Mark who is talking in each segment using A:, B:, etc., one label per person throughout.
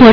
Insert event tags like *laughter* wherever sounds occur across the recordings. A: 活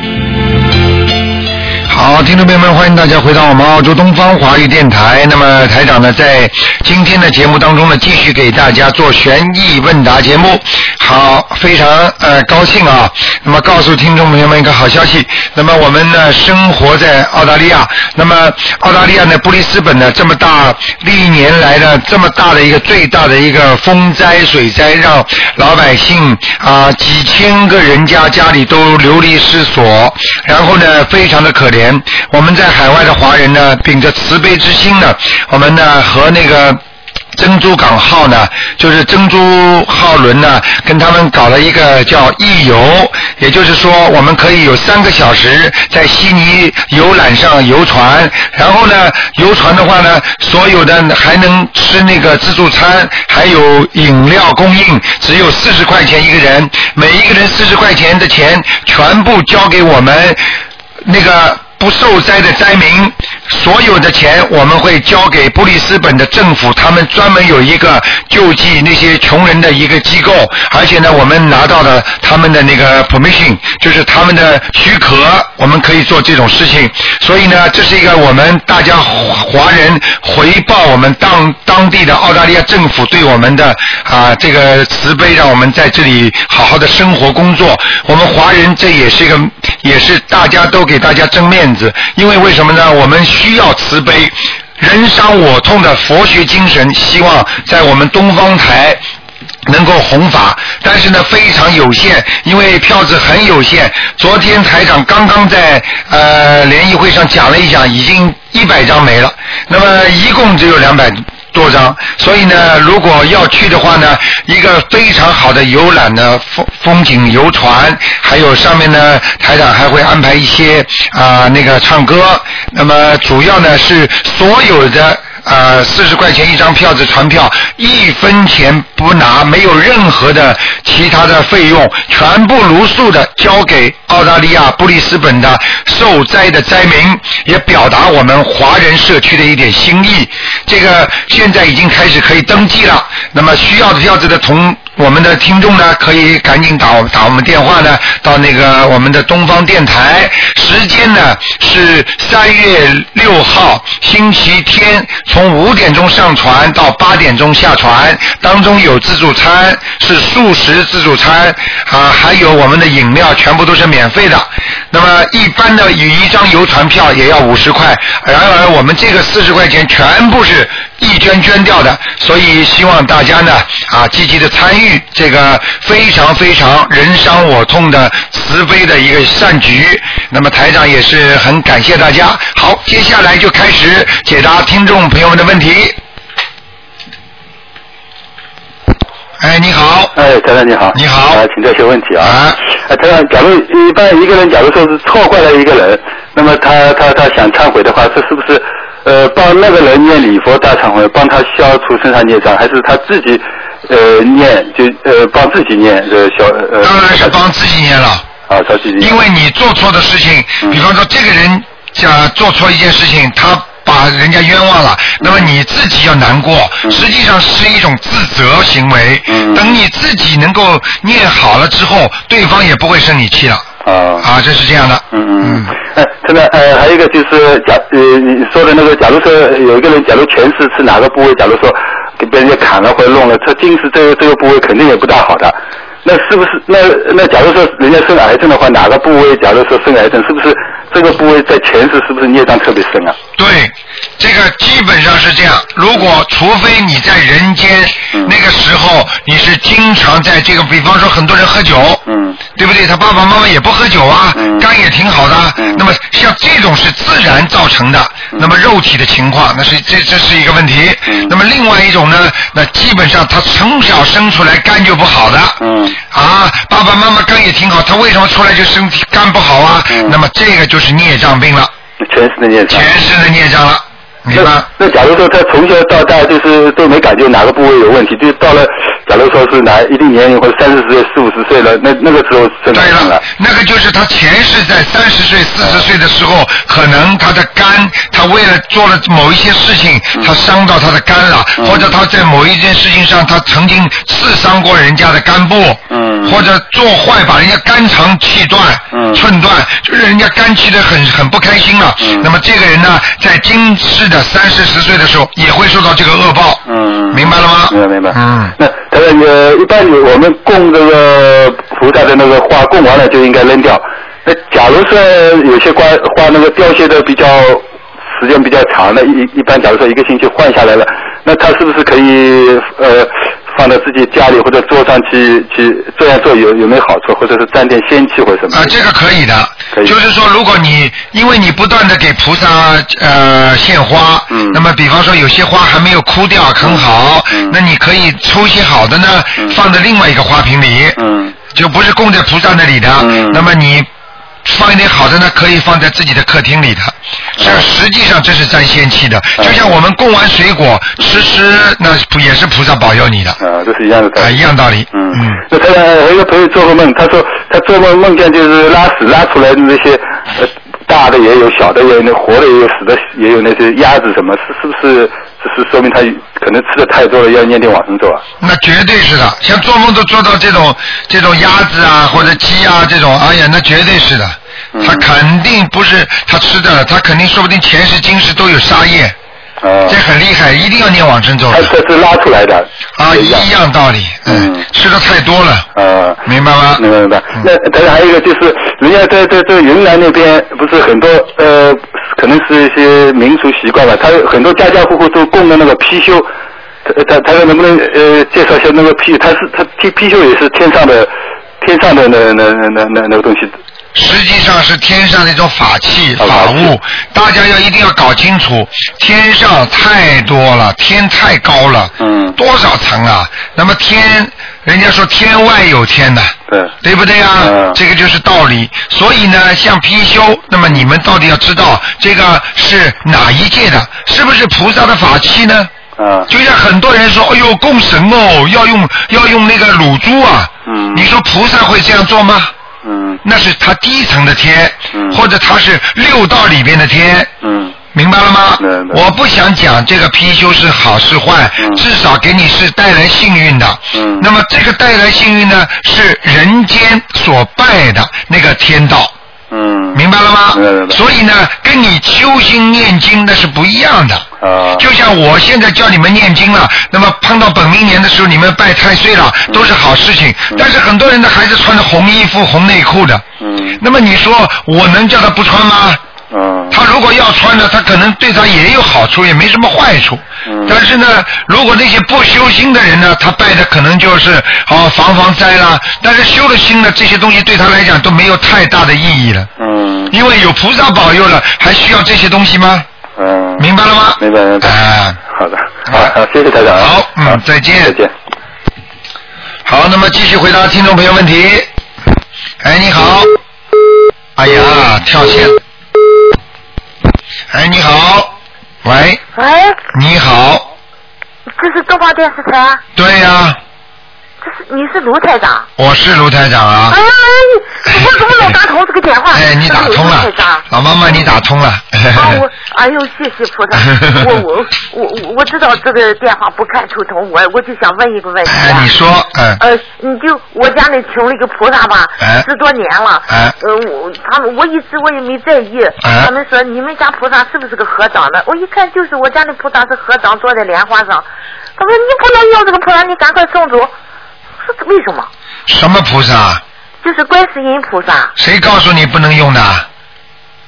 B: 好，听众朋友们，欢迎大家回到我们澳洲东方华语电台。那么台长呢，在今天的节目当中呢，继续给大家做悬疑问答节目。好，非常呃高兴啊。那么告诉听众朋友们一个好消息，那么我们呢生活在澳大利亚，那么澳大利亚呢布里斯本呢这么大历年来呢这么大的一个最大的一个风灾水灾，让老百姓啊几千个人家家里都流离失所，然后呢非常的可怜。我们在海外的华人呢，秉着慈悲之心呢，我们呢和那个。珍珠港号呢，就是珍珠号轮呢，跟他们搞了一个叫义游，也就是说，我们可以有三个小时在悉尼游览上游船，然后呢，游船的话呢，所有的还能吃那个自助餐，还有饮料供应，只有四十块钱一个人，每一个人四十块钱的钱全部交给我们那个。不受灾的灾民，所有的钱我们会交给布里斯本的政府，他们专门有一个救济那些穷人的一个机构，而且呢，我们拿到了他们的那个 permission，就是他们的许可，我们可以做这种事情。所以呢，这是一个我们大家华人回报我们当当地的澳大利亚政府对我们的啊这个慈悲，让我们在这里好好的生活工作。我们华人这也是一个，也是大家都给大家争面。子，因为为什么呢？我们需要慈悲，人伤我痛的佛学精神，希望在我们东方台。能够弘法，但是呢非常有限，因为票子很有限。昨天台长刚刚在呃联谊会上讲了一讲，已经一百张没了，那么一共只有两百多张，所以呢，如果要去的话呢，一个非常好的游览的风风景游船，还有上面呢台长还会安排一些啊、呃、那个唱歌，那么主要呢是所有的。呃，四十块钱一张票子，船票一分钱不拿，没有任何的其他的费用，全部如数的交给澳大利亚布里斯本的受灾的灾民，也表达我们华人社区的一点心意。这个现在已经开始可以登记了，那么需要的票子的同。我们的听众呢，可以赶紧打打我们电话呢，到那个我们的东方电台，时间呢是三月六号星期天，从五点钟上传到八点钟下传，当中有自助餐，是素食自助餐啊，还有我们的饮料全部都是免费的。那么一般的一张游船票也要五十块，然而我们这个四十块钱全部是。一捐捐掉的，所以希望大家呢啊积极的参与这个非常非常人伤我痛的慈悲的一个善举。那么台长也是很感谢大家。好，接下来就开始解答听众朋友们的问题。哎，你好。
C: 哎，台长你好。
B: 你好。
C: 啊，请教些问题啊。啊。哎，台长，假如一般一个人，假如说是错怪了一个人，那么他他他想忏悔的话，这是不是？呃，帮那个人念礼佛大忏悔，帮他消除身上孽障，还是他自己呃念就呃帮自己念呃消呃？
B: 当然是帮自己念了。
C: 啊，他自己念。
B: 因为你做错的事情，嗯、比方说这个人讲做错一件事情，他把人家冤枉了，那么你自己要难过，嗯、实际上是一种自责行为。嗯。等你自己能够念好了之后，对方也不会生你气了。
C: 啊
B: 啊，这是这样的。
C: 嗯嗯嗯。哎，真的，呃，还有一个就是假，呃，你说的那个，假如说有一个人，假如前世是哪个部位，假如说给被人家砍了或者弄了，他今世这个这个部位肯定也不大好的。那是不是？那那假如说人家生癌症的话，哪个部位？假如说生癌症，是不是这个部位在前世是不是孽障特别深啊？
B: 对，这个基本上是这样。如果除非你在人间、嗯、那个时候你是经常在这个，比方说很多人喝酒，
C: 嗯，
B: 对不对？他爸爸妈妈也不喝酒啊，嗯、肝也挺好的。嗯、那么像这种是自然造成的，那么肉体的情况，那是这这是一个问题。那么另外一种呢，那基本上他从小生出来肝就不好的。
C: 嗯。
B: 啊，爸爸妈妈肝也挺好，他为什么出来就身体肝不好啊？嗯、那么这个就是孽障病了，
C: 全身的孽障，
B: 全身的孽障了，明白？
C: 那假如说他从小到大就是都没感觉哪个部位有问题，就到了假如说是哪一定年龄或者三十岁、四五十岁了，那那个时候生
B: 对
C: 病
B: 了，那个就是他前世在三十岁、四十岁的时候，可能他的肝，他为了做了某一些事情，
C: 嗯
B: 他伤到他的肝了，或者他在某一件事情上，他曾经刺伤过人家的肝部，
C: 嗯
B: 或者做坏把人家肝肠气断、
C: 嗯
B: 寸断，就是人家肝气的很很不开心了。
C: 嗯
B: 那么这个人呢，在今世的三四十岁的时候，也会受到这个恶报。
C: 嗯，
B: 明白了吗？
C: 明白明白。
B: 嗯。
C: 那他呃，一般我们供这个菩萨的那个花供完了就应该扔掉。那假如说有些花花那个凋谢的比较时间比较长的，一一般假如说一个星期换下来了，那他是不是可以呃放到自己家里或者桌上去去这样做有有没有好处，或者是沾点仙气或者什么？
B: 啊，这个可以的，
C: 可以
B: 就是说，如果你因为你不断的给菩萨呃献花，
C: 嗯
B: 那么比方说有些花还没有枯掉，很好，
C: 嗯
B: 那你可以抽一些好的呢，放在另外一个花瓶里，
C: 嗯
B: 就不是供在菩萨那里的，
C: 嗯
B: 那么你。放一点好的呢，可以放在自己的客厅里的。这实际上这是沾仙气的，
C: 嗯
B: 就像我们供完水果吃吃，那不也是菩萨保佑你的
C: 啊，这是一样的道理。
B: 啊，一样道理。
C: 嗯，那他有一个朋友做过梦，他说他做梦梦见就是拉屎拉出来的那些，呃，大的也有，小的也有，那活的也有，死的也有，那些鸭子什么，是是不是只是说明他可能吃的太多了，要念点往生咒啊？
B: 那绝对是的，像做梦都做到这种这种鸭子啊或者鸡啊这种，哎呀，那绝对是的。
C: 嗯
B: 他肯定不是他吃的了，他肯定说不定前世今世都有杀业，
C: 啊、
B: 这很厉害，一定要念往生咒
C: 他
B: 的
C: 啊这是拉出来的，
B: 啊，
C: 也
B: 一样道理，嗯
C: 嗯，
B: 吃的太多了，
C: 啊。
B: 明白嗯吗？
C: 明白明白。那当然还有一个就是，人家在在在云南那边不是很多呃，可能是一些民俗习惯吧，他有很多家家户户都供的那个貔貅。他他他能不能呃介绍一下那个貔？他是他貔貔貅也是天上的天上的那那那那那那个东西。
B: 实际上是天上的一种法器、
C: 啊
B: 法物，大家要一定要搞清楚。天上太多了，天太高了，
C: 嗯
B: 多少层啊？那么天，人家说天外有天呐，
C: 对，
B: 对不对啊？
C: 嗯
B: 这个就是道理。所以呢，像貔貅，那么你们到底要知道这个是哪一界的，是不是菩萨的法器呢？
C: 啊，
B: 就像很多人说，哎呦，供神哦，要用要用那个乳猪啊。
C: 嗯
B: 你说菩萨会这样做吗？
C: 嗯
B: 那是它低层的天，
C: 嗯
B: 或者它是六道里边的天，
C: 嗯
B: 明白了吗？
C: 明白
B: 我不想讲这个貔貅是好是坏，
C: 嗯
B: 至少给你是带来幸运的。
C: 嗯
B: 那么这个带来幸运呢，是人间所拜的那个天道，
C: 嗯，
B: 明白了吗？
C: 明白明白
B: 所以呢，跟你修心念经那是不一样的。
C: 啊，
B: 就像我现在教你们念经了，那么碰到本命年的时候，你们拜太岁了，
C: 嗯
B: 都是好事情。但是很多人的孩子穿着红衣服、红内裤的，
C: 嗯
B: 那么你说我能叫他不穿吗？
C: 嗯
B: 他如果要穿的，他可能对他也有好处，也没什么坏处。
C: 嗯
B: 但是呢，如果那些不修心的人呢，他拜的可能就是啊防防灾啦，但是修了心了，这些东西对他来讲都没有太大的意义了，
C: 嗯
B: 因为有菩萨保佑了，还需要这些东西吗？
C: 嗯，
B: 明白了吗？
C: 明白明白
B: 哎
C: 好的，好好，谢谢台长啊。
B: 好嗯再见
C: 再见。
B: 好，那么继续回答听众朋友问题。哎，你好。哎呀，跳线。哎，你好。喂，
D: 喂，
B: 你好。
D: 哎这是东方电视台，
B: 对呀、啊
D: 这是你是卢台长。
B: 我是卢台长啊
D: 哎。呀，哎我怎么老打通这个电话？
B: 哎，你打通
D: 这是
B: 了
D: 卢台长。，
B: 老妈妈，你打通了。
D: 啊，我哎呦，谢谢菩
B: *laughs*
D: 萨，我我我我我知道这个电话不看出通，我我就想问一个问题啊、
B: 哎，你说，嗯，
D: 呃，你就我家里请了一个菩萨吧，
B: 哎
D: 十多年了。
B: 哎
D: 呃，我他们我一直我也没在意。
B: 哎
D: 他们说你们家菩萨是不是个和尚的？我一看就是我家的菩萨是和尚坐在莲花上。他说你不能要这个菩萨，你赶快送走。说为什么？
B: 什么菩萨？
D: 就是观世音菩萨。
B: 谁告诉你不能用的？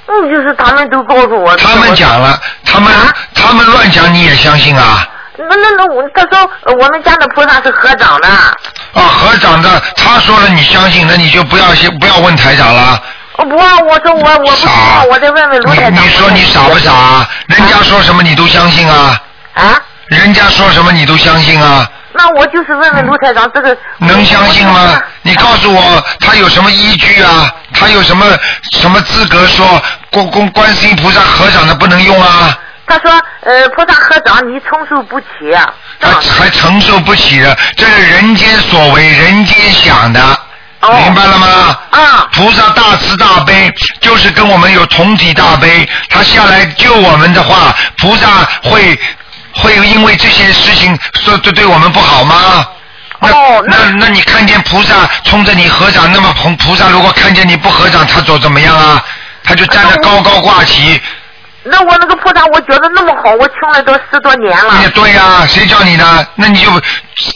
D: 嗯，就是他们都告诉我。
B: 他们。讲了，他们他们乱讲，你也相信啊？
D: 那那那我他说呃我们家的菩萨是和尚的。
B: 啊，和长的他说了你相信，那你就不要先不要问台长了。
D: 哦不啊，我说我我不知
B: 傻
D: 道，，我再问问卢台
B: 你
D: 长。
B: 你说你傻不傻？人家说什么你都相信啊？
D: 啊？
B: 人家说什么你都相信啊？
D: 那我就是问问卢台长，这个
B: 能相信吗？你告诉我他有什么依据啊？他有什么什么资格说观观观世音菩萨和尚的不能用啊？
D: 他说呃菩萨合掌你承受不起啊，
B: 还还承受不起的，这是人间所为，人间想的，
D: 哦
B: 明白了吗？
D: 啊
B: 菩萨大慈大悲，就是跟我们有同体大悲，他下来救我们的话，菩萨会会因为这些事情说对对我们不好吗？那、
D: 哦
B: 那
D: 那
B: 那你看见菩萨冲着你合掌，那么菩菩萨如果看见你不合掌，他走怎么样啊？他就
D: 哦
B: 站得高高挂起，
D: 那我那个菩萨我觉得那么好，我听了都十多年了，
B: 也对哎呀、谁叫你的？那你就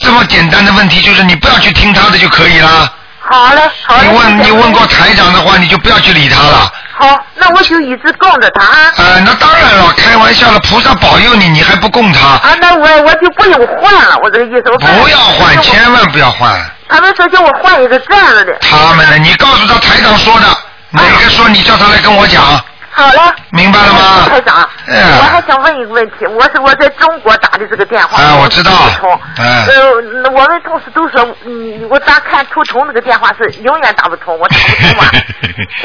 B: 这么简单的问题，就是你不要去听他的就可以了。
D: 好嘞好嘞，
B: 你问
D: 谢
B: 你
D: 谢
B: 问过台长的话，你就不要去理他了。
D: 好，那我就一直供着他啊。
B: 呃，那当然了，开玩笑了，菩萨保佑你，你还不供他？
D: 啊，那我我就不用换了，我这个意思。我
B: 不要换，千万不要换。
D: 他们说叫我换一个这样子的。
B: 他们呢？你告诉他台长
D: 啊
B: 说的，哪个说你叫他来跟我讲，
D: 好了。
B: 明白了吗？
D: 台长，我还
B: 嗯。
D: 想问一个问题，我是我在中国打的这个电话，
B: 哎我知道
D: 不通。
B: 哎
D: 呃，那我们同事都说，嗯，我打看图腾那个电话是永远打不通，我打不
B: *laughs*
D: 通嘛。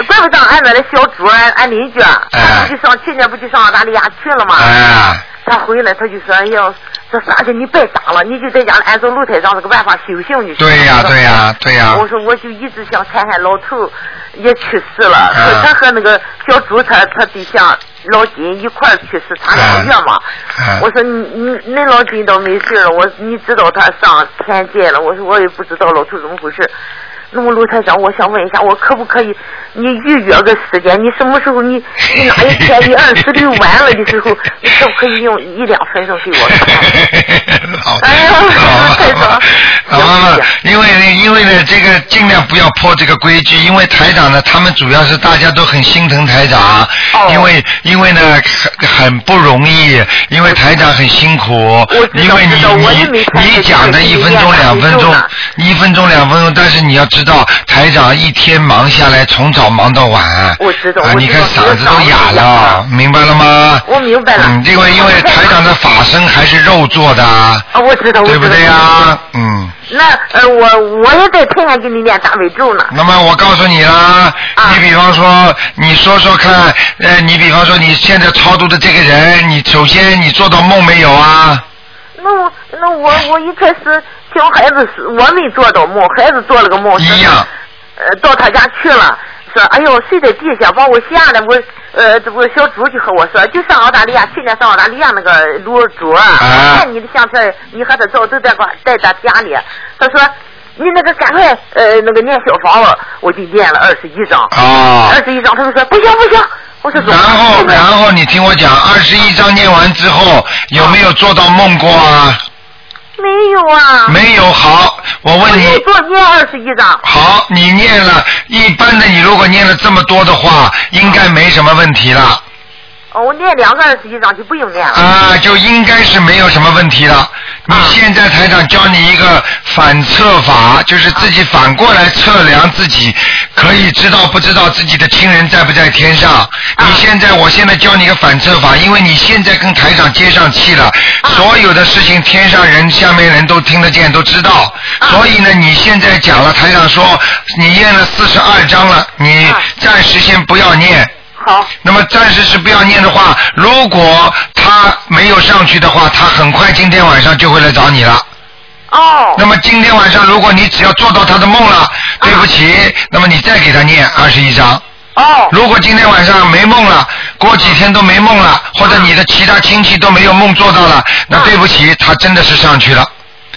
D: 怪不得俺那的小猪，俺邻居，啊他不就上去年不就上澳大利亚去了嘛？
B: 哎，
D: 他回来他就说，哎呀，这啥的你别打了，你就在家里按照露台上这个办法修行就行。
B: 对呀，对呀，对呀。
D: 我说我就一直想看看老头也去世了，
B: 嗯
D: 和他和那个小朱他他对象老金一块儿去世，差两个月嘛。
E: 啊
B: 嗯嗯
D: 我说你你那老金倒没事了，我你知道他上天界了，我说我也不知道老头怎么回事。那么卢台长，我想问一下，我可不可以你预约个时间？你什么时候你你哪一天你二十六完了的时候，你可不可以用一两分钟给我看？
E: *laughs*
B: 老
D: 哎呀
B: 老老妈妈
D: 太爽了解，
B: 因为呢，因为呢，这个尽量不要破这个规矩，因为台长呢，他们主要是大家都很心疼台长，
D: 哦
B: 因为因为呢很很不容易，因为台长很辛苦
D: 知
B: 因
D: 道，
B: 为你
D: 知道我也
B: 你
D: 没看
B: 你
D: 见
B: 讲的
D: 这个
B: 一
D: 经
B: 分
D: 验
B: 钟
D: 啊
B: 两分
D: 没用
B: 钟
D: 啊，
B: 一分钟两分钟，但是你要知道，台长一天忙下来，从早忙到晚，
D: 我知道
B: 啊
D: 我
B: 你
D: 知
B: 看
D: 道这
B: 嗓
D: 个
B: 子
D: 嗓
B: 都
D: 子
B: 哑
D: 哑
B: 了
D: 了，
B: 明白了吗？
D: 我明白了
B: 嗯，因为因为台长的法身还是肉做的啊，
D: 啊，我知道，我知
B: 对
D: 道，
B: 不对呀、嗯，
D: 那呃，我我也在天天给你念大悲咒呢。
B: 那么我告诉你啦，
D: 啊
B: 你比方说，你说说看，呃，你比方说你现在超度的这个人，你首先你做到梦没有啊？
D: 那我那我我一开始教孩子是，我没做到梦，孩子做了个梦，说
B: 一样，
D: 呃，到他家去了，说哎呦睡在地下，把我吓得我呃，这不小猪就和我说，就上澳大利亚，去年上澳大利亚那个卤猪啊，
B: 啊
D: 看你的相片，你和他照都在在他家里，他说你那个赶快呃那个念小房子，我就念了二十一章，
B: 啊
D: 二。十一章，他就说不行不行，我说怎么
B: 然后，
D: 这个
B: 然后你听我讲，二十一章念完之后，有没有做到梦过啊？
D: 没有啊，
B: 没有。好，我
D: 我
B: 问你
D: 又，啊多念二十一章。
B: 好，你念了一般的，你如果念了这么多的话，应该没什么问题了。
D: 哦，我念两个二十一章就不用念了。
B: 啊，就应该是没有什么问题了。你现在台长教你一个反测法，就是自己反过来测量自己，可以知道不知道自己的亲人在不在天上。你现在，我现在教你一个反测法，因为你现在跟台长接上气了，所有的事情天上人、下面人都听得见、都知道。所以呢，你现在讲了，台长说你念了四十二章了，你
D: 啊
B: 暂时先不要念。
D: 好，
B: 那么暂时是不要念的话，如果他没有上去的话，他很快今天晚上就会来找你了。
D: 哦啊
B: 那，么今天晚上，如果你只要做到他的梦了，对不起，那么你再给他念二十一章。
D: 哦，
B: 如果今天晚上没梦了，过几天都没梦了，或者你的其他亲戚都没有梦做到了，那
D: 啊
B: 对不起，他真的是上去了。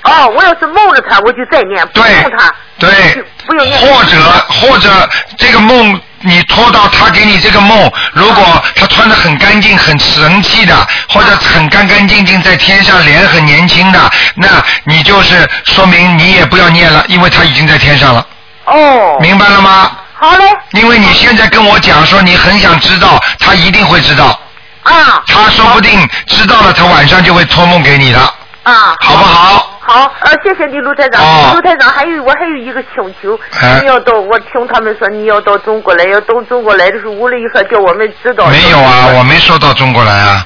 D: 哦，我要是梦着他，我就再念；不
B: 对
D: 梦他，
B: 对
D: 就不用，念。
B: 或者或者这个梦你拖到他给你这个梦，如果他穿的很干净、很神气的，或者很干干净净在天上，脸很年轻的，那你就是说明你也不要念了，因为他已经在天上了，
D: 哦，
B: 明白了吗？
D: 好嘞，
B: 因为你现在跟我讲说你很想知道，他一定会知道，
D: 啊
B: 他说不定知道了，他晚上就会托梦给你了，
D: 啊，
B: 好不好？
D: 好，呃，谢谢你，卢台长。
B: 哦
D: 卢台长，还有我还有一个请求，
B: 哎
D: 你要到，我听他们说你要到中国来，要到中国来的时候，无论如何叫我们知道。
B: 没有啊，我没说到中国来啊，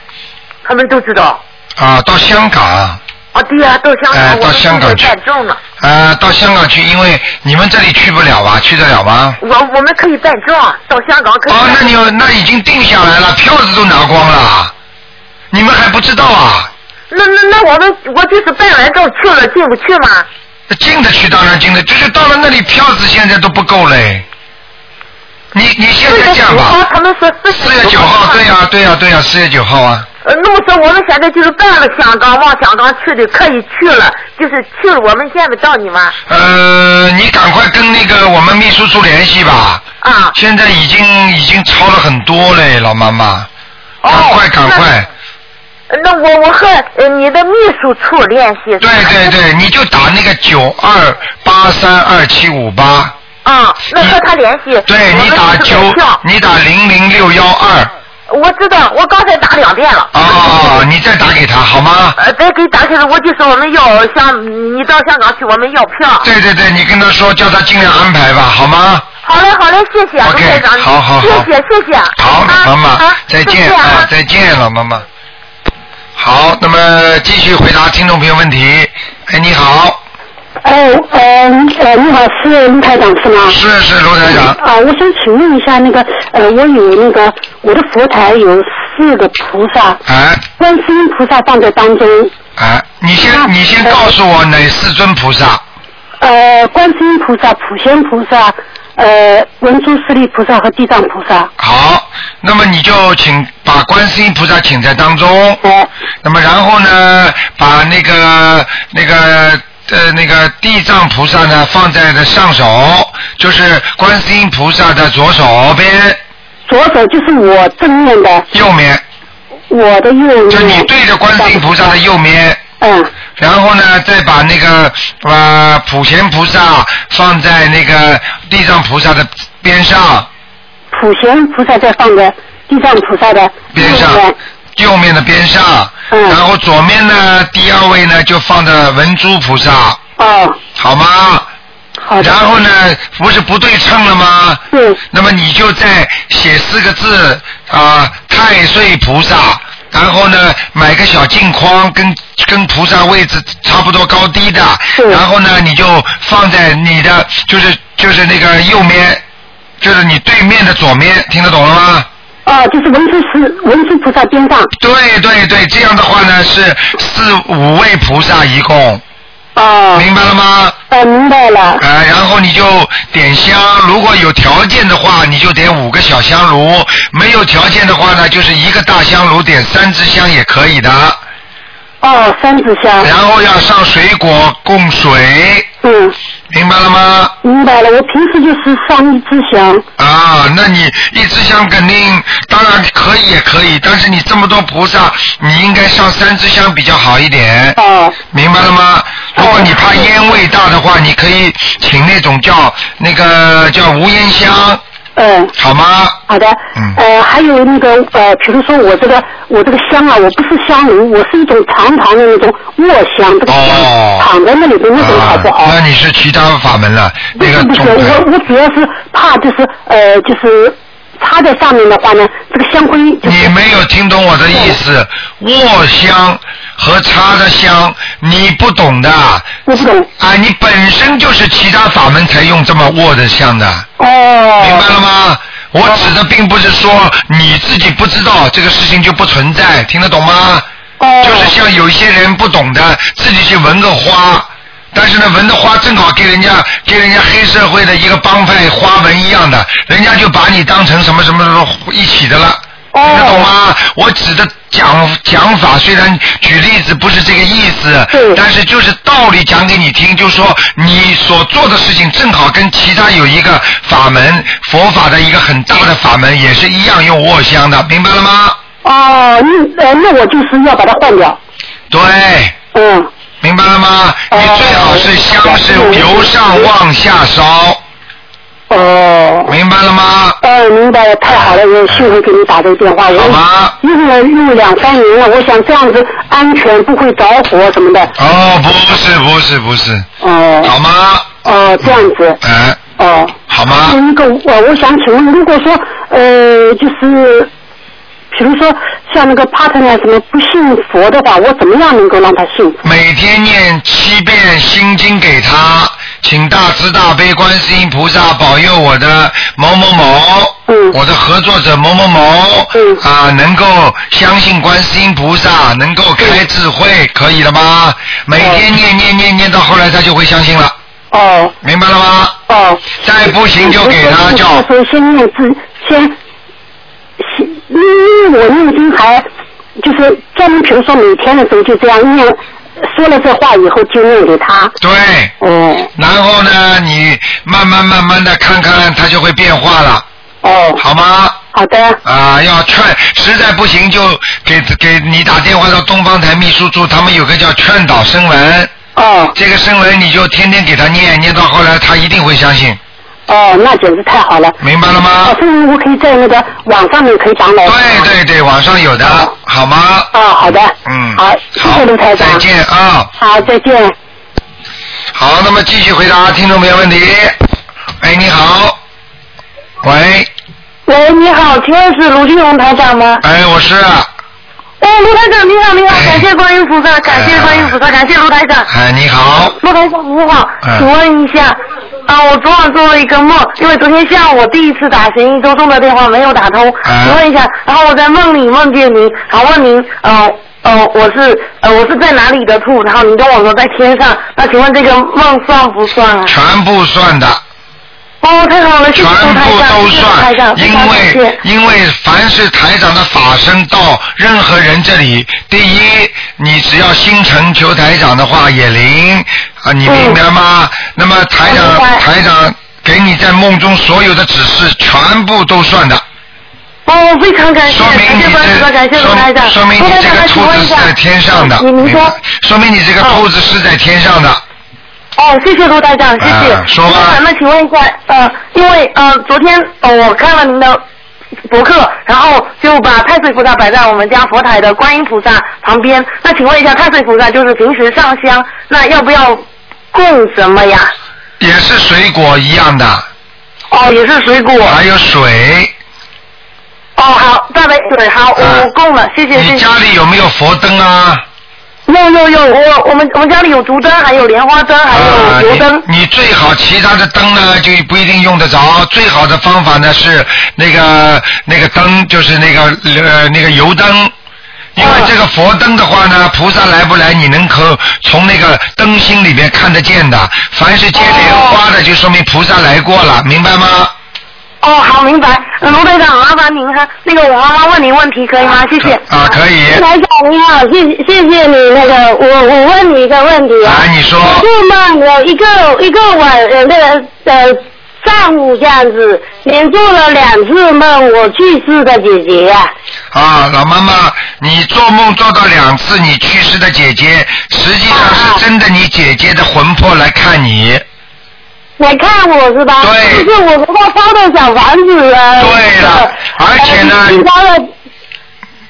D: 他们都知道。
B: 啊，到香港。
D: 啊，对呀、到香港，
B: 哎
D: 我
B: 到
D: 们
B: 香港
D: 都
B: 去
D: 办证了，
B: 呃，到香港去，因为你们这里去不了啊，去得了吗？
D: 我我们可以啊办证，到香港可以
B: 哦
D: 办。，
B: 那你有那已经定下来了，票子都拿光了。你们还不知道啊？
D: 那那那我们我就是办完证去了，进不去吗？
B: 呃进得去当然进得，就是到了那里票子现在都不够嘞。你你现在这样
D: 四月九号
B: 吧，
D: 他们说四
B: 四月九号，对呀、啊对呀、对呀、四月九号啊。
D: 呃，那我说我们现在就是办了香港，往香港去的，可以去了，就是去了，我们见不到你们
B: 呃，你赶快跟那个我们秘书处联系吧。
D: 啊。
B: 现在已经已经超了很多嘞，老妈妈，赶快赶快，
D: 哦那我我和呃你的秘书处联系。
B: 对对对，你就打那个九二八三二七五八，
D: 啊，那和他联系。
B: 对你打九
D: 我们是买票，
B: 你打零零六幺二，
D: 我知道，我刚才打两遍了。
B: 哦，你再打给他好吗？
D: 呃，再给打起来，我就说我们要香，你到香港去，我们要票。
B: 对对对，你跟他说，叫他尽量安排吧，好吗？
D: 好嘞，好嘞，谢谢，卢
B: OK，
D: 台长，
B: 好好好
D: 谢谢谢谢。
B: 好，
D: 啊
B: 老妈妈
D: 啊，
B: 再见
D: 谢谢
B: 啊
D: 啊，，
B: 再见，老妈妈。好，那么继续回答听众朋友问题。哎，你好，
F: 哎，呃，呃，你好，是卢台长是吗？
B: 是是卢台长，
F: 啊，我想请问一下，那个，呃，我有那个我的佛台有四个菩萨，
B: 哎
F: 观世音菩萨放在当中，
B: 哎，你
F: 啊
B: 先你先告诉我哪四尊菩萨？
F: 呃，观世音菩萨、普贤菩萨、呃，文殊师利菩萨和地藏菩萨。
B: 好，那么你就请把观世音菩萨请在当中，
F: 哎，
B: 那么然后呢，把那个那个呃那个地藏菩萨呢放在的上手，就是观世音菩萨的左手边
F: 左手就是我正面的，
B: 右面，
F: 我的右面。
B: 就你对着观世音菩萨的右面，
F: 嗯，
B: 然后呢再把那个呃普贤菩萨放在那个地藏菩萨的边上
F: 普贤菩萨在放在地藏菩萨的
B: 边上
F: 右面。
B: 右面的边上，
F: 嗯
B: 然后左面呢第二位呢就放着文殊菩萨，
F: 哦，
B: 好吗？
F: 好的。
B: 然后呢，不是不对称了吗？
F: 嗯
B: 那么你就再写四个字啊、太岁菩萨。然后呢，买个小镜框，跟跟菩萨位置差不多高低的。
F: 是
B: 然后呢，你就放在你的就是就是那个右面，就是你对面的左面，听得懂了吗？
F: 哦，就是文殊师文殊菩萨边上。
B: 对对对，这样的话呢是四五位菩萨一共，
F: 哦，
B: 明白了吗？
F: 哦，明白了。
B: 呃，然后你就点香，如果有条件的话，你就点五个小香炉；没有条件的话呢，就是一个大香炉点三支香也可以的。
F: 哦，三支香。
B: 然后要上水果供水，
F: 嗯，
B: 明白了吗？
F: 明白了。我平时就是上一支香。
B: 啊，那你一支香肯定，当然可以也可以，但是你这么多菩萨，你应该上三支香比较好一点。
F: 哦，
B: 明白了吗？如果你怕烟味大的话，你可以请那种叫那个叫无烟香，
F: 嗯，
B: 好吗？
F: 好的。
B: 嗯
F: 呃，还有那个呃，比如说我这个我这个香啊，我不是香炉，我是一种长长的那种卧香，这个
B: 哦
F: 香躺在那里的那种好不好？
B: 啊？那你是其他法门了，那
F: 不是
B: 个
F: 不
B: 总
F: 是，我
B: 归。
F: 我主要是怕就是呃就是插在上面的话呢，这个香灰就
B: 你
F: 是
B: 没有听懂我的意思，卧香和插的香，你不懂的啊！
F: 我不懂。
B: 你本身就是其他法门才用这么卧的香的，
F: 哦。
B: 明白了吗？我指的并不是说你自己不知道这个事情就不存在，听得懂吗？
F: 哦。
B: 就是像有一些人不懂的，自己去闻个花，但是呢，闻的花正好跟人家跟人家黑社会的一个帮派花纹一样的，人家就把你当成什么什么什么一起的了。
F: 哦
B: 听得懂吗？我指的讲讲法，虽然举例子不是这个意思
F: 对，
B: 但是就是道理讲给你听，就说你所做的事情正好跟其他有一个法门，佛法的一个很大的法门，也是一样用卧香的，明白了吗？
F: 哦，那呃那我就是要把它换掉。
B: 对。
F: 嗯。
B: 明白了吗？你
F: 哦
B: 最好是香是由上往下烧，
F: 哦。
B: 明白了吗？哎
F: 哦，明白了，太好了，我幸亏给你打这个电话，
B: 好
F: 我
B: 吗？
F: 用了用两三年了，我想这样子安全，不会着火什么的。
B: 哦，不是不是不是，
F: 哦
B: 好吗？
F: 哦，这样子，
B: 哎，
F: 哦。
B: 好
F: 还有
B: 吗？
F: 一个，哦我我想请问，如果说呃，就是比如说像那个 partner 什么不信佛的话，我怎么样能够让他信佛？
B: 每天念七遍心经给他，请大慈大悲观世音菩萨保佑我的某某某，
G: 嗯
B: 我的合作者某某某，
G: 嗯
B: 啊，能够相信观世音菩萨，能够开智慧，
G: 嗯
B: 可以了吗？每天念念念念到后来，他就会相信了，
G: 哦
B: 明白了吗？
G: 哦，嗯
B: 再不行就给
F: 嗯
B: 他叫
G: 我说先念字，先，先因为我念经还就是专门，比如说每天的时候就这样念，说了这话以后就念给他。
B: 对，
G: 哦
B: 然后呢，你慢慢慢慢的看看，他就会变化了，
G: 哦，
B: 好吗？
G: 好的，
B: 啊，要劝，实在不行就给给你打电话到东方台秘书处，他们有个叫劝导声文，
G: 哦
B: 这个声文你就天天给他念，念到后来他一定会相信，
G: 哦，那简直太好了。
B: 明白了吗
G: 哦，？这个我可以在那个网上面可以讲老
B: 对对对，网上有的，好吗？
G: 啊，好的，
B: 嗯，
G: 好，谢谢卢台长，
B: 再，见啊！
G: 好，再见。
B: 好，那么继续回答听众朋友问题。哎，你好，喂，
G: 喂，你好，请问是卢俊荣台长吗？
B: 哎，我是，
G: 哎，卢台长，你好，你好，感谢观音菩萨，感谢观音菩萨，感谢卢台长。
B: 哎，你好，
G: 陆台长你好
B: 嗯，
G: 请问一下，啊，我昨晚做了一个梦，因为昨天下午我第一次打神医周中的电话没有打通，
B: 嗯
G: 请问一下，然后我在梦里梦见您，然后问您，呃呃，我是呃我是在哪里的兔，然后你跟我说在天上，那请问这个梦算不算啊？
B: 全部算的。
G: 哦，太好了，谢谢
B: 全
G: 卢台
B: 部
G: 长，
B: 都
G: 谢谢卢台
B: 算，
G: 长，非常
B: 因
G: 感
B: 为
G: 谢。
B: 因为凡是台长的法身到任何人这里，第一，你只要心诚求台长的话也灵啊，你明白吗？那么台长
G: 我明白
B: 台长给你在梦中所有的指示全部都算的，
G: 哦，非常感谢，
B: 说
G: 感
B: 明你
G: 谢关注，感
B: 这
G: 谢卢台长
B: 说。说明
G: 卢
B: 你
G: 台
B: 这个
G: 长，那
B: 兔
G: 请问
B: 子
G: 一
B: 是
G: 下
B: 在天上的，
G: 你您
B: 明白
G: 说。
B: 说明你这个兔子是在天上的，
G: 哦，谢谢卢台长，谢谢。
B: 啊说吧
G: 台长，那请问一下，呃，因为呃，昨天呃我看了您的博客，然后就把太岁菩萨摆在我们家佛台的观音菩萨旁边。那请问一下，太岁菩萨就是平时上香，那呃要不要供什么呀？
B: 也是水果一样的，
G: 哦，也是水果。
B: 还有水。
G: 哦，好，大杯水，好，我、
B: 啊
G: 我供了，谢谢，谢
B: 你
G: 谢
B: 家。里有没有佛灯啊？
G: 有有有，我我们我们家里有竹灯，还有莲花灯，还有油灯。
B: 啊你。你最好其他的灯呢就不一定用得着，最好的方法呢是那个那个灯，就是那个呃那个油灯。因为
G: 哦
B: 这个佛灯的话呢，菩萨来不来，你能够从那个灯芯里面看得见的。凡是接莲花的，就说明菩萨来过了，明白吗？
G: 哦，好，明白。呃卢队长，麻烦您哈，那个我妈妈问您问题可以吗？谢谢。
B: 啊，可以。
G: 台长你好，谢谢谢你那个，我我问你一个问题
B: 啊
G: 啊，，
B: 你说。
G: 做梦有一个一个晚呃那个呃上午这样子，连做了两次梦，我去世的姐姐呀、
B: 啊，老妈妈，你做梦做到两次你去世的姐姐，实际上是真的你姐姐的魂魄来看你。
G: 来看我是吧？
B: 对
G: 就是我给他烧的小房子啊。
B: 对了
G: 呃
B: 而且呢
G: 已经烧了，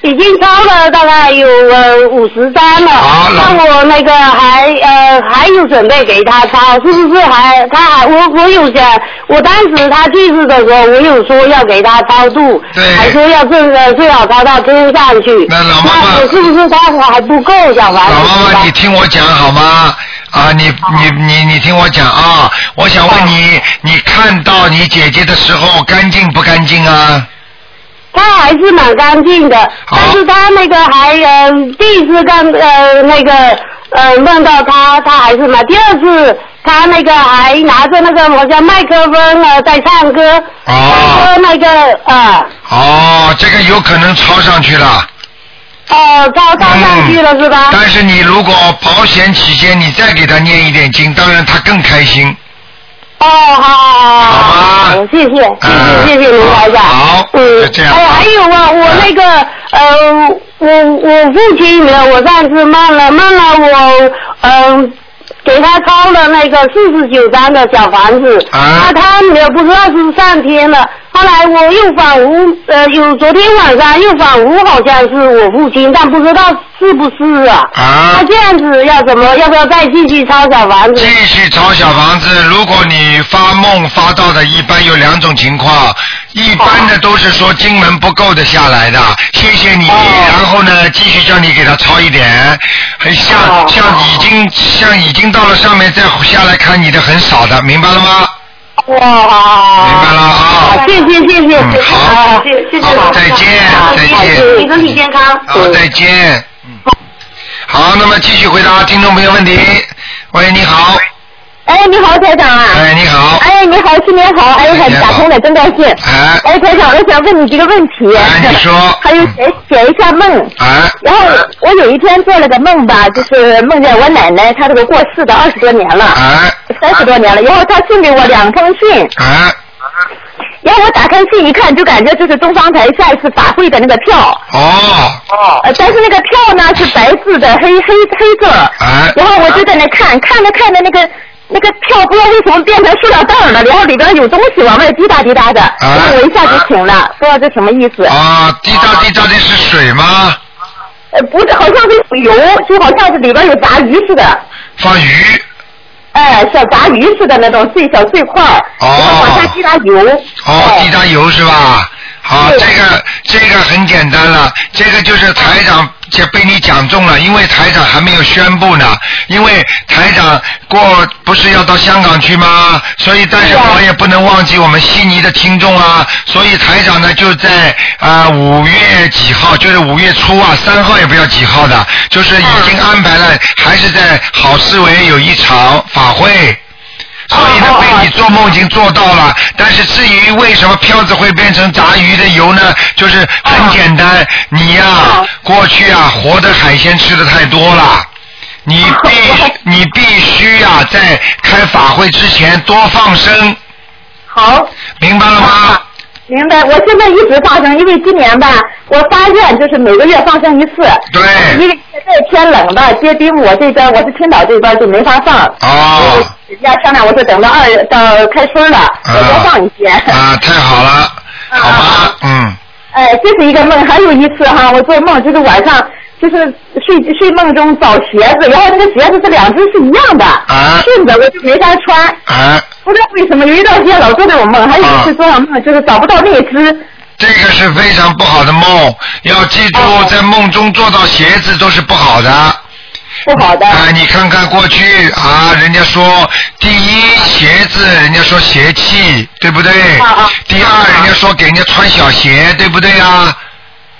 G: 已经烧了大概有呃五十张了。
B: 好了
G: 那我那个还呃还有准备给他烧，是不是还他还我我有想，我当时他去世的时候，我有说要给他超度，
B: 对
G: 还说要这个最好烧到天上去。
B: 那老妈妈
G: 那我是不是他还啊不够小房子？
B: 老妈
G: 是吧
B: 妈，你听我讲好吗？啊，你你你你听我讲啊！我想问你，你看到你姐姐的时候干净不干净啊？
G: 他还是蛮干净的，
B: 好
G: 但是他那个还呃第一次干呃那个呃梦到他，他还是蛮。第二次他那个还拿着那个好像麦克风啊在唱歌，
B: 哦
G: 唱歌那个啊
B: 哦，这个有可能抄上去了。嗯
G: 哦招招上去了、是吧？
B: 但是你如果保险起见，你再给她念一点经，当然她更开心。
G: 哦，好好
B: 好
F: 哦
B: 吧
G: 谢谢，谢
B: 嗯
G: 谢，谢谢卢台长。
B: 好嗯
G: 嗯
B: 就，这样
F: 哎
G: 哦，还有啊，我那个呃，我我父亲呢，我上次梦了，梦了我嗯、给他抄了那个四十九张的小房子，
B: 啊
G: 那他也不知道是上天了。后来我又仿佛呃，有昨天晚上又仿佛好像是我父亲，但不知道是不是啊？
B: 啊
G: 那这样子要怎么？要不要再继续抄小房子
B: 继？续抄小房子，如果你发梦发到的，一般有两种情况，一般的都是说经文不够的下来的，谢谢你，
G: 哦
B: 然后呢继续叫你给他抄一点，很像
G: 哦
B: 像已经像已经到了上面再下来看你的很少的，明白了吗？
G: 哦，
H: 哇！
B: 明白了啊
H: 谢谢谢谢，
B: 嗯好
H: 啊谢谢谢谢
B: 好
H: 老师，
B: 再见
H: 啊
B: 再见
H: 好祝你身体健康。
B: 好，再见。嗯，好，那么继续回答听众朋友问题。喂，你好。
G: 哎，你好，台长啊！
B: 哎，你好。
G: 哎，你好，新年好！哎呦，
B: 新年好
G: 打通了，真高兴。
B: 哎，
G: 哎，台长，我想问你这个问题。
B: 哎，你说。
G: *laughs* 还有写写一下梦。
B: 哎，
G: 然后我有一天做了个梦吧，就是梦见我奶奶，她这个过世的二十多年了，
B: 哎，
G: 三十多年了。然后她送给我两封信，
B: 哎，
G: 然后我打开信一看，就感觉就是东方台下一次法会的那个票，
B: 哦，
G: 呃，但是那个票呢是白字的黑黑黑字儿，
B: 哎，
G: 然后我就在那看，看着看着那个那个票不知道为什么变成塑料袋儿了，然后里边有东西往外滴答滴答的，然后我一下就醒了，不知道这什么意思。
B: 哎啊，滴答滴答的是水吗？
G: 呃，不是，好像是有油，就好像是里边有炸鱼似的，
B: 放鱼。
G: 哎，小炸鱼似的那种碎小碎块儿，
B: 哦
G: 然后往下滴答油。
B: 哦，
G: 哎
B: 滴答油是吧？好，
G: 对
B: 这个这个很简单了，这个就是台长就被你讲中了，因为台长还没有宣布呢，因为台长过不是要到香港去吗？所以但是
G: 对呀
B: 我也不能忘记我们悉尼的听众啊，所以台长呢就在啊五、月几号，就是五月初啊，三号也不要几号的，就是已经安排了，还是在好思维有一场法会。所以呢，被你做梦已经做到了。但是至于为什么漂子会变成炸鱼的油呢？就是很简单，你呀、过去啊，活的海鲜吃的太多了。你必你必须呀、在开法会之前多放生，
G: 好，
B: 明白了吗？
G: 明白。我现在一直放生，因为今年吧，我发愿就是每个月放生一次。
B: 对
G: 因为现在天冷吧，接冰我这边我是青岛这边就没法放。
B: 哦，
G: 人家商量，我说等到二月到开春了，我多放一些。
B: 啊，太
G: *laughs*
B: 好了，好吧，嗯，
G: 哎，这是一个梦，还有一次哈，我做梦就是晚上就是睡睡梦中找鞋子，然后那个鞋子是两只是一样的，
B: 啊
G: 顺着我就没法穿，
B: 啊，
G: 不知道为什么有一段时间老做这种梦，还有一次做上梦就是找不到那一只，
B: 这个是非常不好的梦，要记住，
G: 哦
B: 在梦中做到鞋子都是不好的。
G: 不好的。
B: 啊，你看看过去啊，人家说第一鞋子，人家说邪气，对不对？
G: 啊
B: 第二，人家说给人家穿小鞋，对不对啊？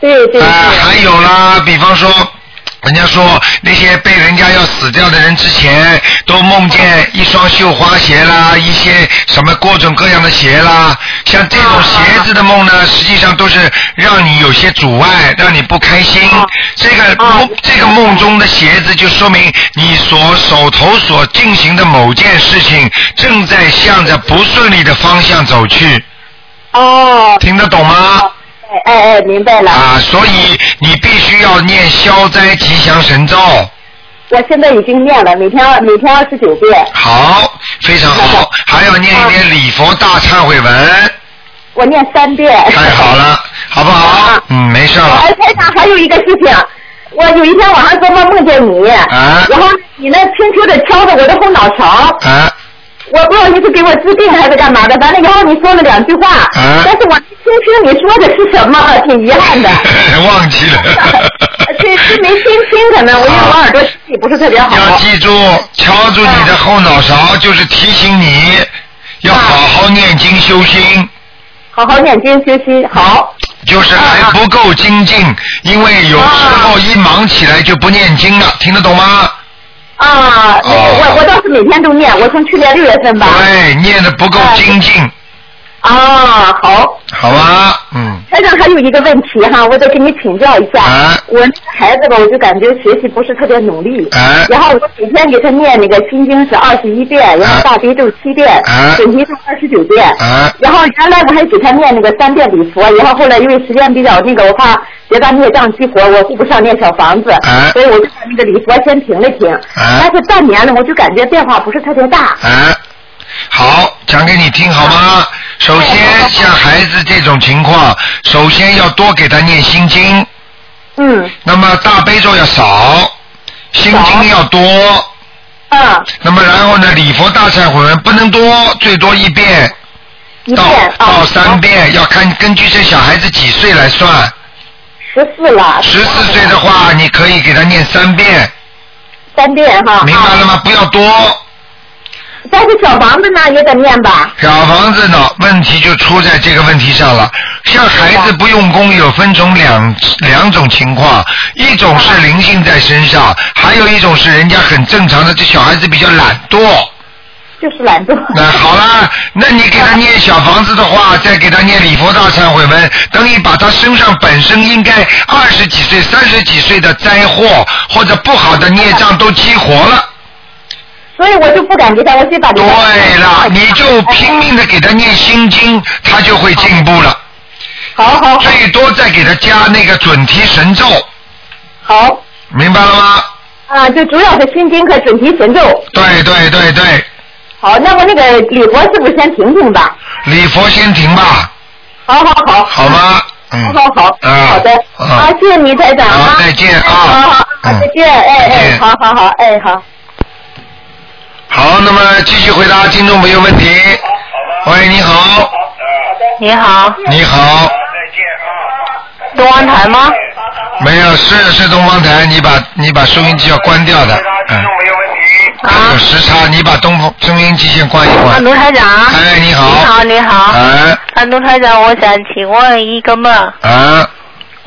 G: 对对对，
B: 啊，还有啦，比方说。人家说那些被人家要死掉的人之前，都梦见一双绣花鞋啦，一些什么各种各样的鞋啦，像这种鞋子的梦呢，实际上都是让你有些阻碍，让你不开心。
G: 哦
B: 这个梦，这个梦中的鞋子就说明你所手头所进行的某件事情正在向着不顺利的方向走去，
G: 哦，
B: 听得懂吗？
G: 哎哎哎，明白了。
B: 啊，所以你必须要念消灾吉祥神咒。
G: 我现在已经念了，每天每天二十九遍，
B: 好，非常好，还要念一念礼佛大忏悔文，
G: 我念三遍。
B: 太好了，好不好
G: 啊？
B: 嗯，没事了
G: 哎，。台长，还有一个事情，我有一天晚上做梦梦见你，
B: 啊
G: 然后你那轻轻的敲着我的后脑勺，
B: 啊，
G: 我不知道你是给我治病还是干嘛的，完了以后你说了两句话，
B: 啊
G: 但是我没听清你说的是什么，啊挺遗憾的。
B: *laughs* 忘记
G: *laughs*
B: 了。
G: 这是没听清，可能我因为我耳朵听力不是特别
B: 要
G: 好。
B: 记住，敲住你的后脑勺，就是提醒你要好好念经修心。
G: 好好念经学习，好，
B: 就是还不够精进，因为有时候一忙起来就不念经了，听得懂吗？
G: 啊，那个
B: 哦
G: 我我倒是每天都念，我从去年六月份吧。
B: 对，哎念的不够精进，
G: 啊，好，
B: 好吧？嗯，
G: 台长还有一个问题哈，我得跟你请教一下。
B: 啊
G: 我那个孩子吧，我就感觉学习不是特别努力。
B: 啊
G: 然后我每天给他念那个心经是二十一遍，然
B: 啊
G: 后大悲咒七遍
B: 啊，
G: 准提咒二十九遍。
B: 啊
G: 然后原来我还给他念那个三遍礼佛，然后后来因为时间比较那个，我怕结大孽障激活，我顾不上念小房子，
B: 啊
G: 所以我就把那个礼佛先停了停。但是半年了，我就感觉变化不是特别大。
B: 啊，好，讲给你听好吗？首先，像孩子这种情况，首先要多给他念心经，
G: 嗯，
B: 那么大悲咒要少，心经要多，
G: 啊，
B: 那么然后呢，礼佛大忏悔文不能多，最多一遍
G: 一
B: 到
G: 遍啊
B: 到，三遍，要看根据这小孩子几岁来算。
G: 十四了，
B: 十四岁的话，你可以给他念三遍，
G: 三遍哈。啊
B: 明白了吗？不要多。
G: 但是小房子呢也得念吧？
B: 小房子呢，问题就出在这个问题上了。像孩子不用功，有分成两两种情况，一种是灵性在身上，还有一种是人家很正常的，这小孩子比较懒惰。
G: 就是懒惰。
B: 那好啦，那你给他念小房子的话，再给他念礼佛大忏悔文，等你把他身上本身应该二十几岁、三十几岁的灾祸或者不好的孽障都激活了。
G: 所以我就不敢给他，我就把。
B: 对了，哎你就拼命的给他念心经，他就会进步了。
G: 好好好。
B: 最多再给他加那个准提神咒。
G: 好。
B: 明白了吗？
G: 啊，就主要是心经和准提神咒。
B: 对对对对。
G: 好，那么那个礼佛是不是先停停吧？
B: 礼佛先停吧。
G: 好好好。
B: 好吗？嗯。
G: 好好好。
B: 啊。
G: 好的。啊，谢谢你台长啊。
B: 再见啊。
G: 好好，再见，哎哎，好好好，哎好。
B: 好，那么继续回答听众朋友问题。喂，你好。
I: 你好。
B: 你好。
I: 东方台吗？
B: 没有，是是东方台，你把你把收音机要关掉的，嗯。有时差，你把东风收音机先关一关。
I: 啊，卢台长。
B: 哎，你好。
I: 你好，你好。
B: 哎。
I: 啊，卢台长，我想请问一个梦。
B: 啊。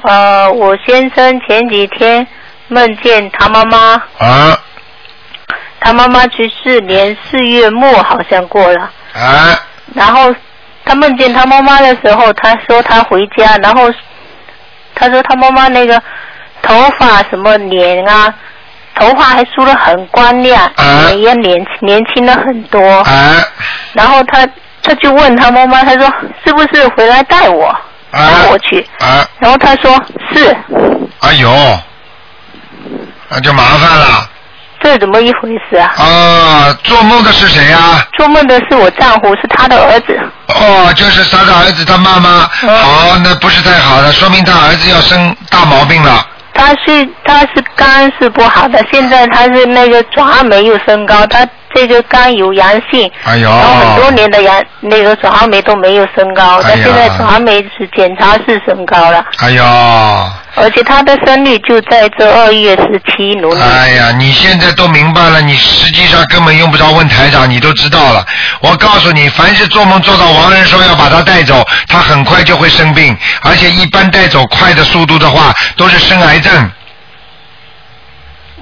I: 呃，我先生前几天梦见他妈妈，
B: 啊
I: 他妈妈去世年四月末好像过了，
B: 啊
I: 然后他梦见他妈妈的时候，他说他回家，然后他说他妈妈那个头发什么脸啊，头发还梳得很光亮，
B: 啊
I: 也年年轻了很多。
B: 啊
I: 然后他他就问他妈妈，他说是不是回来带我带我去？
B: 啊！
I: 然后他说是，
B: 哎呦，那就麻烦了。
I: 这怎么一回事啊？
B: 啊，做梦的是谁啊呀、
I: 做梦的是我丈夫，是他的儿子。
B: 哦，就是他的儿子他妈妈。好，那不是太好了，说明他儿子要生大毛病了。
I: 他是他是肝是不好的，现在他是那个爪没有升高，他这个肝有阳性，
B: 哎呦，
I: 然后很多年的阳那个爪酶都没有升高，他
B: 哎呀
I: 现在爪酶是检查是升高了，
B: 哎呦，
I: 而且他的生日就在这二月十七农历。
B: 哎呀，你现在都明白了，你实际上根本用不着问台长，你都知道了。我告诉你，凡是做梦做到亡人说要把他带走，他很快就会生病，而且一般带走快的速度的话，都是生癌症。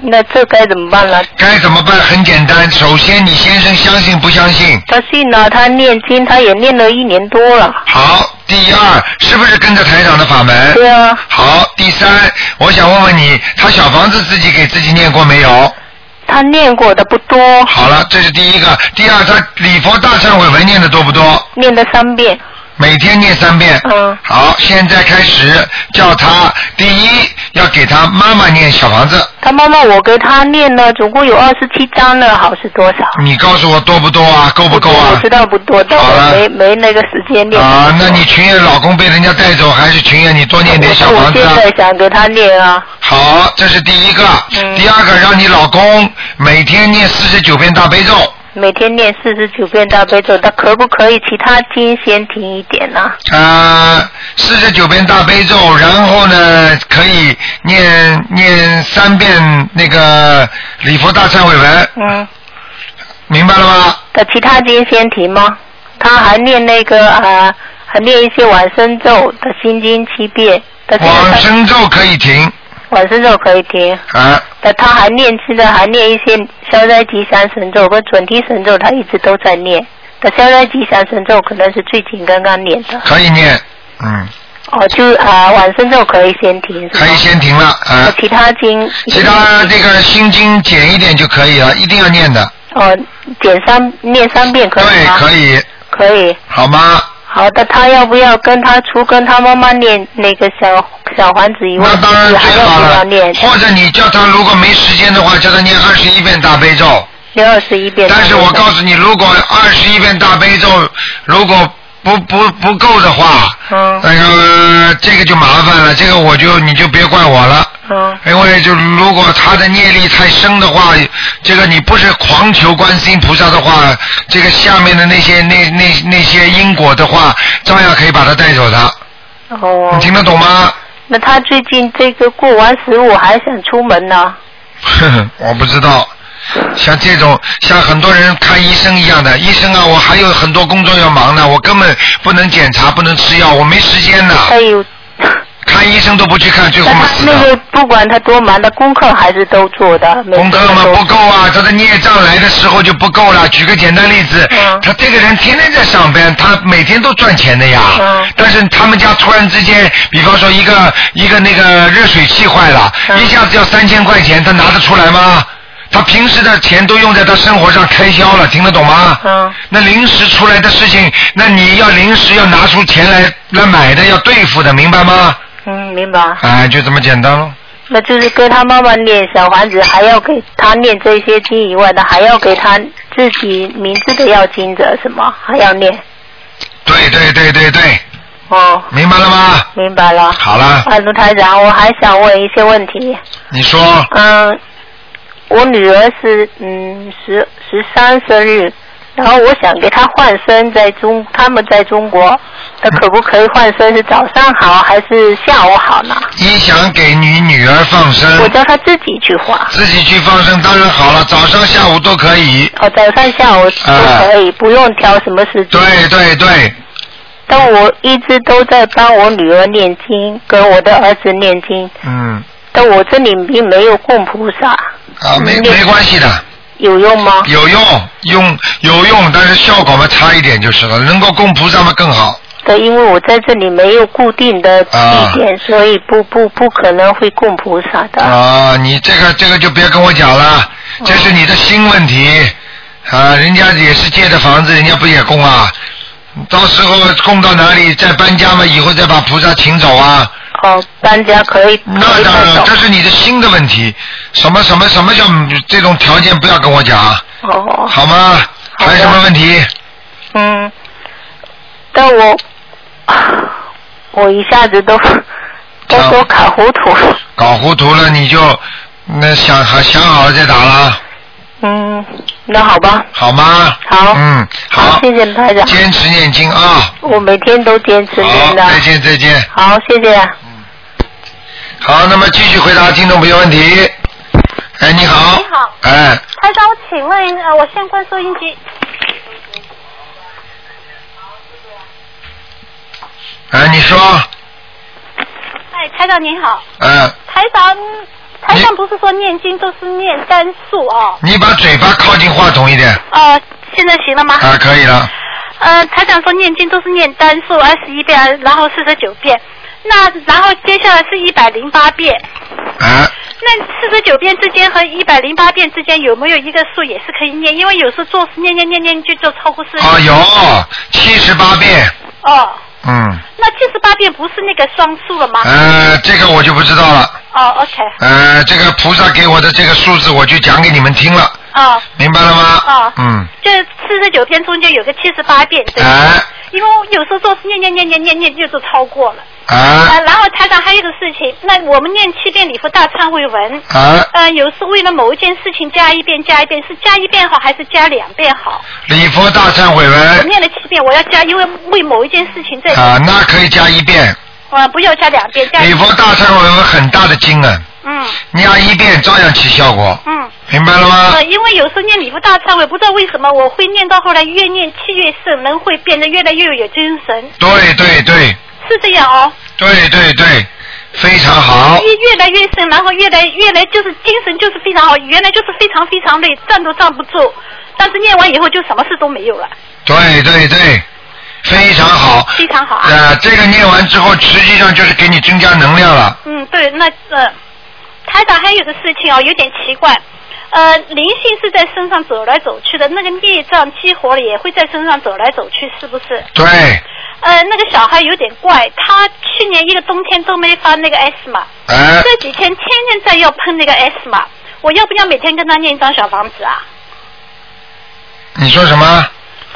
I: 那这该怎么办呢？
B: 该怎么办？很简单，首先你先生相信不相信？
I: 他信了，他念经，他也念了一年多了。
B: 好，第二是不是跟着台长的法门？
I: 对啊，
B: 好，第三，我想问问你，他小房子自己给自己念过没有？
I: 他念过的不多，
B: 好了，这是第一个。第二，他礼佛大忏悔文念的多不多？
I: 念了三遍。
B: 每天念三遍。
I: 嗯。
B: 好，现在开始叫他第一要给他妈妈念小房子，
I: 他妈妈，我给他念了，总共有二十七章了，好是多少？
B: 你告诉我多不多啊？够不够
I: 我
B: 啊？
I: 知道不多，但
B: 好了
I: 我没没那个时间念。
B: 啊，那你群演老公被人家带走，还是群演你多念点小
I: 我
B: 房
I: 现
B: 子啊？
I: 在想给他念啊，
B: 好，这是第一个。第二个，让你老公每天念四十九遍大悲咒。
I: 每天念四十九遍大悲咒，他可不可以其他经先停一点呢、
B: 啊，四十九遍大悲咒，然后呢，可以念念三遍那个礼佛大忏悔文，
I: 嗯，
B: 明白了吗？
I: 的其他经先停吗？他还念那个啊，还念一些往生咒的心经七遍，他现在
B: 往
I: 他
B: 生咒可以停
I: 往生咒可以停。
B: 啊，
I: 但他还念，现在还念一些消灾吉祥神咒跟准提神咒，他一直都在念。但消灾吉祥神咒可能是最近刚刚念的。
B: 可以念，嗯，
I: 哦，就啊、往生咒可以先停，是
B: 可
I: 吧？
B: 以先停了啊。
I: 其他经。
B: 其他这个心经减一点就可以了，一定要念的，
I: 哦，减三念三遍可以
B: 对，
I: 吗？
B: 可以，啊
I: 可以。
B: 好吗？
I: 好的，他要不要跟他除跟他妈妈念那个小小房子以外，
B: 那当然
I: 还
B: 最
I: 要
B: 好
I: 不要
B: 了
I: 念，
B: 或者你叫他如果没时间的话，叫他念二十一遍大悲咒。
I: 念二十一遍？
B: 但是我告诉你，如果二十一遍大悲咒如果不不不够的话，
I: 嗯
B: 那个这个就麻烦了，这个我就你就别怪我了，
I: 嗯
B: 因为就如果他的业力太深的话，这个你不是狂求观世音菩萨的话，这个下面的那些那那那些因果的话，照样可以把他带走的，
I: 哦
B: 你，听得懂吗？
I: 那他最近这个过完十五还想出门呢？
B: *laughs* 哼，我不知道，像这种，像很多人看医生一样的，医生啊，我还有很多工作要忙呢，我根本不能检查，不能吃药，我没时间呢。
I: 还有，
B: 看医生都不去看，最后
I: 哎但
B: 嘛
I: 他
B: 死
I: 那
B: 了。
I: 个不管他多忙的功课还是都做的，每
B: 功
I: 次
B: 课嘛
I: 都
B: 不够啊，他的孽障来的时候就不够了。举个简单例子，他这个人天天在上班，他每天都赚钱的呀。但是他们家突然之间，比方说一个一个那个热水器坏了，一下子要三千块钱，他拿得出来吗？他平时的钱都用在他生活上开销了，听得懂吗？嗯。那临时出来的事情，那你要临时要拿出钱来来买的，要对付的，明白吗？
I: 嗯，明白。
B: 哎，就这么简单了。
I: 那就是跟他妈妈念小房子，还要给他念这些经以外的，还要给他自己名字的要经者什么，还要念。
B: 对对对对对，
I: 哦，
B: 明白了吗？
I: 明白了。
B: 好了，
I: 啊，卢台长，我还想问一些问题。
B: 你说
I: 嗯，我女儿是嗯十十三生日，然后我想给她换生，在中他们在中国，那可不可以换生是早上好还是下午好呢？
B: 你想给你女儿放
I: 我
B: 生，
I: 叫她自己去换。
B: 自己去放生当然好了，早上下午都可以。
I: 哦，早上下午都可以，不用挑什么时间。
B: 对啊对对，
I: 但我一直都在帮我女儿念经，跟我的儿子念经，
B: 嗯，
I: 但我这里并没有供菩萨，
B: 啊，没没关系的，
I: 有用吗？
B: 有用，用有用，但是效果嘛差一点就是了，能够供菩萨嘛更好。
I: 对，因为我在这里没有固定的
B: 啊
I: 地点，所以不不不可能会供菩萨的。
B: 啊，你这个这个就别跟我讲了，
I: 嗯
B: 这是你的新问题啊！人家也是借的房子，人家不也供啊？到时候供到哪里再搬家嘛，以后再把菩萨请走啊。
I: 哦，搬家可以。
B: 那当然，这是你的新的问题。什么什么什么叫这种条件？不要跟我讲，
I: 哦，
B: 好吗？还有什么问题？
I: 嗯，但我 *laughs* 我一下子都都都卡糊涂了。
B: 搞糊涂了你就那想好想好了再打了，
I: 嗯，那好吧，
B: 好吗？
I: 好，
B: 嗯，好，
I: 谢谢台长，
B: 坚持念经啊！
I: 我每天都坚持
B: 好，
I: 念的。
B: 再见再见。
I: 好，谢谢。
B: 好，那么继续回答听众朋友问题。哎，你好。
J: 你好。
B: 哎，
J: 台长，我请问一下，我现关收音机。
B: 哎，你说，
J: 哎，台长您好，
B: 哎，
J: 台长，台长不是说念经都是念单数哦？
B: 你把嘴巴靠近话筒一点，
J: 呃，现在行了吗？
B: 啊，可以了。
J: 呃，台长说念经都是念单数二十一遍，然后四十九遍，那然后接下来是一百零八遍。
B: 啊。
J: 那四十九遍之间和一百零八遍之间有没有一个数也是可以念？因为有时候做事念念念念就就超过四十。
B: 啊，有七十八遍，
J: 哦，
B: 嗯，
J: 那七十八遍不是那个双数了吗？
B: 呃，这个我就不知道了，
J: 哦，OK，
B: 呃，这个菩萨给我的这个数字，我就讲给你们听了，
J: 哦。
B: 明白了吗？
J: 哦。
B: 嗯，
J: 这四十九篇中间有个七十八遍，对吧？
B: 哎
J: 因为我有时候做事念念念念念念就都超过了。
B: 啊
J: 呃，然后台长还有一个事情，那我们念七遍礼佛大忏悔文，
B: 啊，
J: 呃，有时为了某一件事情加一遍加一遍，是加一遍好还是加两遍好？
B: 礼佛大忏悔
J: 我
B: 文
J: 念了七遍，我要加，因为为某一件事情在，
B: 啊，那可以加一遍，
J: 呃，不要加两遍，加一
B: 礼
J: 遍
B: 佛大忏悔文很大的经啊，
J: 嗯
B: 你按一遍照样起效果，
J: 嗯。
B: 明白了吗？
J: 呃，因为有时候念礼佛大忏悔，不知道为什么我会念到后来越念气越盛，人会变得越来越有精神，
B: 对对对
J: 是这样哦。
B: 对对对，非常好。
J: 越越来越深，然后越来越来就是精神就是非常好，原来就是非常非常累，站都站不住，但是念完以后就什么事都没有了，
B: 对对对，非常好。
J: 非常 *laughs* 好啊。
B: 呃，这个念完之后，实际上就是给你增加能量了。
J: 嗯，对，那呃，台长还有个事情哦，有点奇怪，呃，灵性是在身上走来走去的，那个孽障激活了也会在身上走来走去，是不是？
B: 对，
J: 呃，那个小孩有点怪，他去年一个冬天都没发那个 S 嘛，
B: 哎，
J: 这几天天天在要喷那个 S 嘛，我要不要每天跟他念一张小房子啊？
B: 你说什么？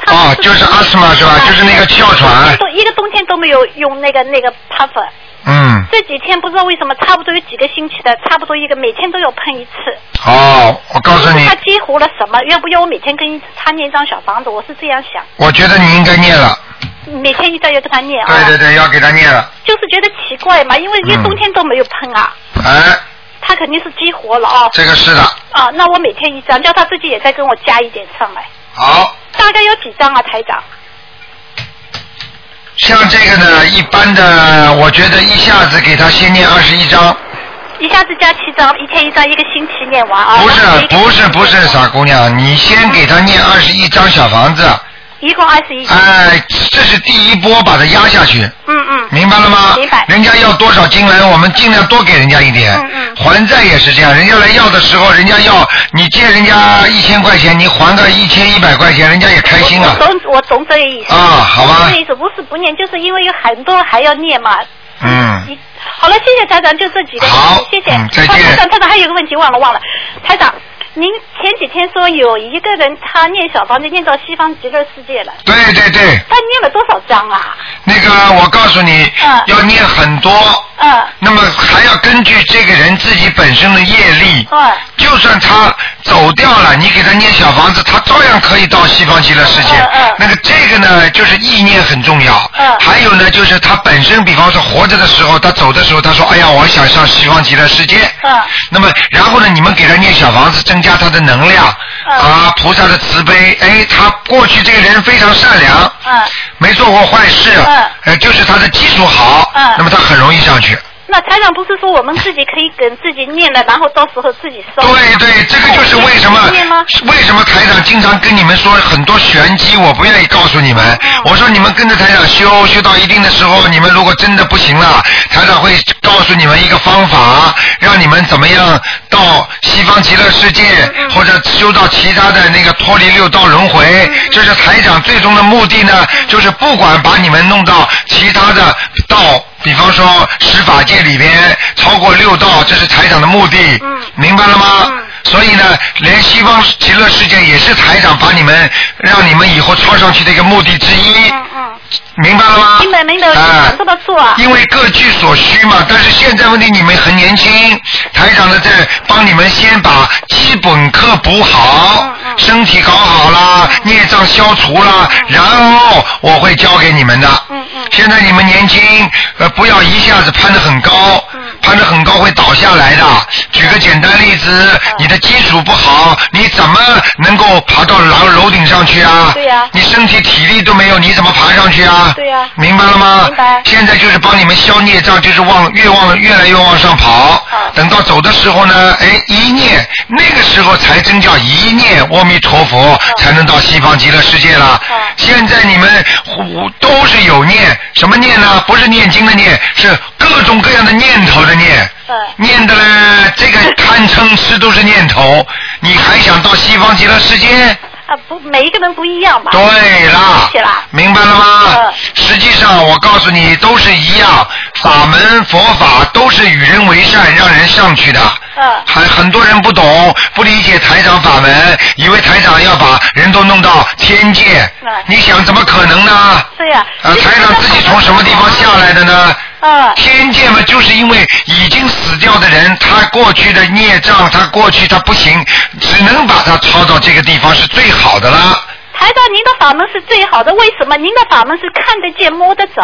B: 哦，就是阿斯玛是吧？就是那个哮喘。
J: 都一个冬天都没有用那个那个 puffer，
B: 嗯，
J: 这几天不知道为什么，差不多有几个星期的，差不多一个每天都要喷一次。
B: 哦，我告诉你
J: 他，激活了什么？要不要我每天跟他念一张小房子？我是这样想，
B: 我觉得你应该念了。
J: 每天一张要跟他念啊。
B: 对对对，要给他念了。
J: 就是觉得奇怪嘛，因为一个
B: 嗯
J: 冬天都没有喷啊。
B: 哎，
J: 他肯定是激活了哦。
B: 这个是的。
J: 啊，那我每天一张，叫他自己也再跟我加一点上来。
B: 好，
J: 大概有几张啊，台长？
B: 像这个呢，一般的，我觉得一下子给他先念二十一章，
J: 一下子加七张，一天一张，一个星期念完啊。
B: 不是
J: 然后一个
B: 不是不是，傻姑娘，你先给他念二十一章小房子，
J: 一共二十一。
B: 哎，这是第一波，把它压下去。
J: 嗯嗯。
B: 明白了吗？
J: 明白。
B: 人家要多少金额，我们尽量多给人家一点。嗯嗯。还债也是这样，人家来要的时候，人家要你借人家一千块钱，你还个一千一百块钱，人家也开心啊
J: 我。懂，我懂这个意思。
B: 啊好吧
J: 我懂这个意思不是不念，就是因为有很多还要念嘛。
B: 嗯，
J: 你好了，谢谢台长，就这几个问题，谢谢。
B: 嗯再见
J: 啊台长，台长还有一个问题忘了忘了，台长，您前几天说有一个人他念小房子念到西方极乐世界了，
B: 对对对，
J: 他念了多少章啊？
B: 那个我告诉你，要念很多。
J: 嗯。
B: 那么还要根据这个人自己本身的业力。
J: 对。
B: 就算他走掉了，你给他念小房子，他照样可以到西方极乐世界。那个这个呢，就是意念很重要。还有呢，就是他本身，比方说活着的时候，他走的时候，他说：“哎呀，我想上西方极乐世界。”那么，然后呢，你们给他念小房子，增加他的能量。啊，菩萨的慈悲，哎，他过去这个人非常善良。没做过坏事，呃，就是他的基础好，那么他很容易上去。
J: 那台长不是说我们自己可以跟自己念了，然后到时候自己收？对
B: 对，这个就是为什么
J: 念吗？
B: 为什么台长经常跟你们说很多玄机，我不愿意告诉你们。我说你们跟着台长修，修到一定的时候，你们如果真的不行了，台长会告诉你们一个方法，让你们怎么样到西方极乐世界，或者修到其他的那个脱离六道轮回。这是台长最终的目的呢，就是不管把你们弄到其他的道。比方说十法界里边超过六道，这是台长的目的，明白了吗？所以呢，连西方极乐世界也是台长把你们让你们以后超上去的一个目的之一。明白了吗？
J: 明白明白，我就
B: 啊
J: 想这么做啊。
B: 因为各据所需嘛，但是现在问题你们很年轻，
J: 嗯
B: 台长呢在帮你们先把基本课补
J: 嗯
B: 好，身体搞好啦，孽障消除啦，然后我会教给你们的。
J: 嗯
B: 现在你们年轻，呃，不要一下子攀得很高，
J: 嗯
B: 攀得很高会倒下来的。举个简单例子，
J: 嗯
B: 你的基础不好，你怎么能够爬到楼楼顶上去啊？
E: 对呀
B: 你身体体力都没有，你怎么爬上去啊？
E: 对呀
B: 明白了吗？
E: 明白
B: 现在就是帮你们消孽障，就是往越往越来越往上跑。
E: 啊
B: 等到走的时候呢，哎，一念，那个时候才真叫一念阿弥陀
E: 啊
B: 佛，才能到西方极乐世界了。现在你们胡都是有念，什么念呢？不是念经的念，是各种各样的念头的念。念的嘞，这个贪嗔痴都是念头，你还想到西方极乐世界？
J: 啊，不，每一个人不一样吧？
B: 对啦
J: 谢啦。呃
B: 明白了嗯吗？实际上，我告诉你，都是一样，法门佛法都是与人为善，让人上去的。嗯。很很多人不懂，不理解台长法门，以为台长要把人都弄到天界。你想怎么可能呢？
J: 对呀、
B: 呃，台长自己从什么地方下来的呢？天界嘛，就是因为已经死掉的人，他过去的孽障，他过去他不行，只能把他抄到这个地方是最好的啦。
J: 台长，您的法门是最好的，为什么？您的法门是看得见、摸得
B: *laughs*
J: 着，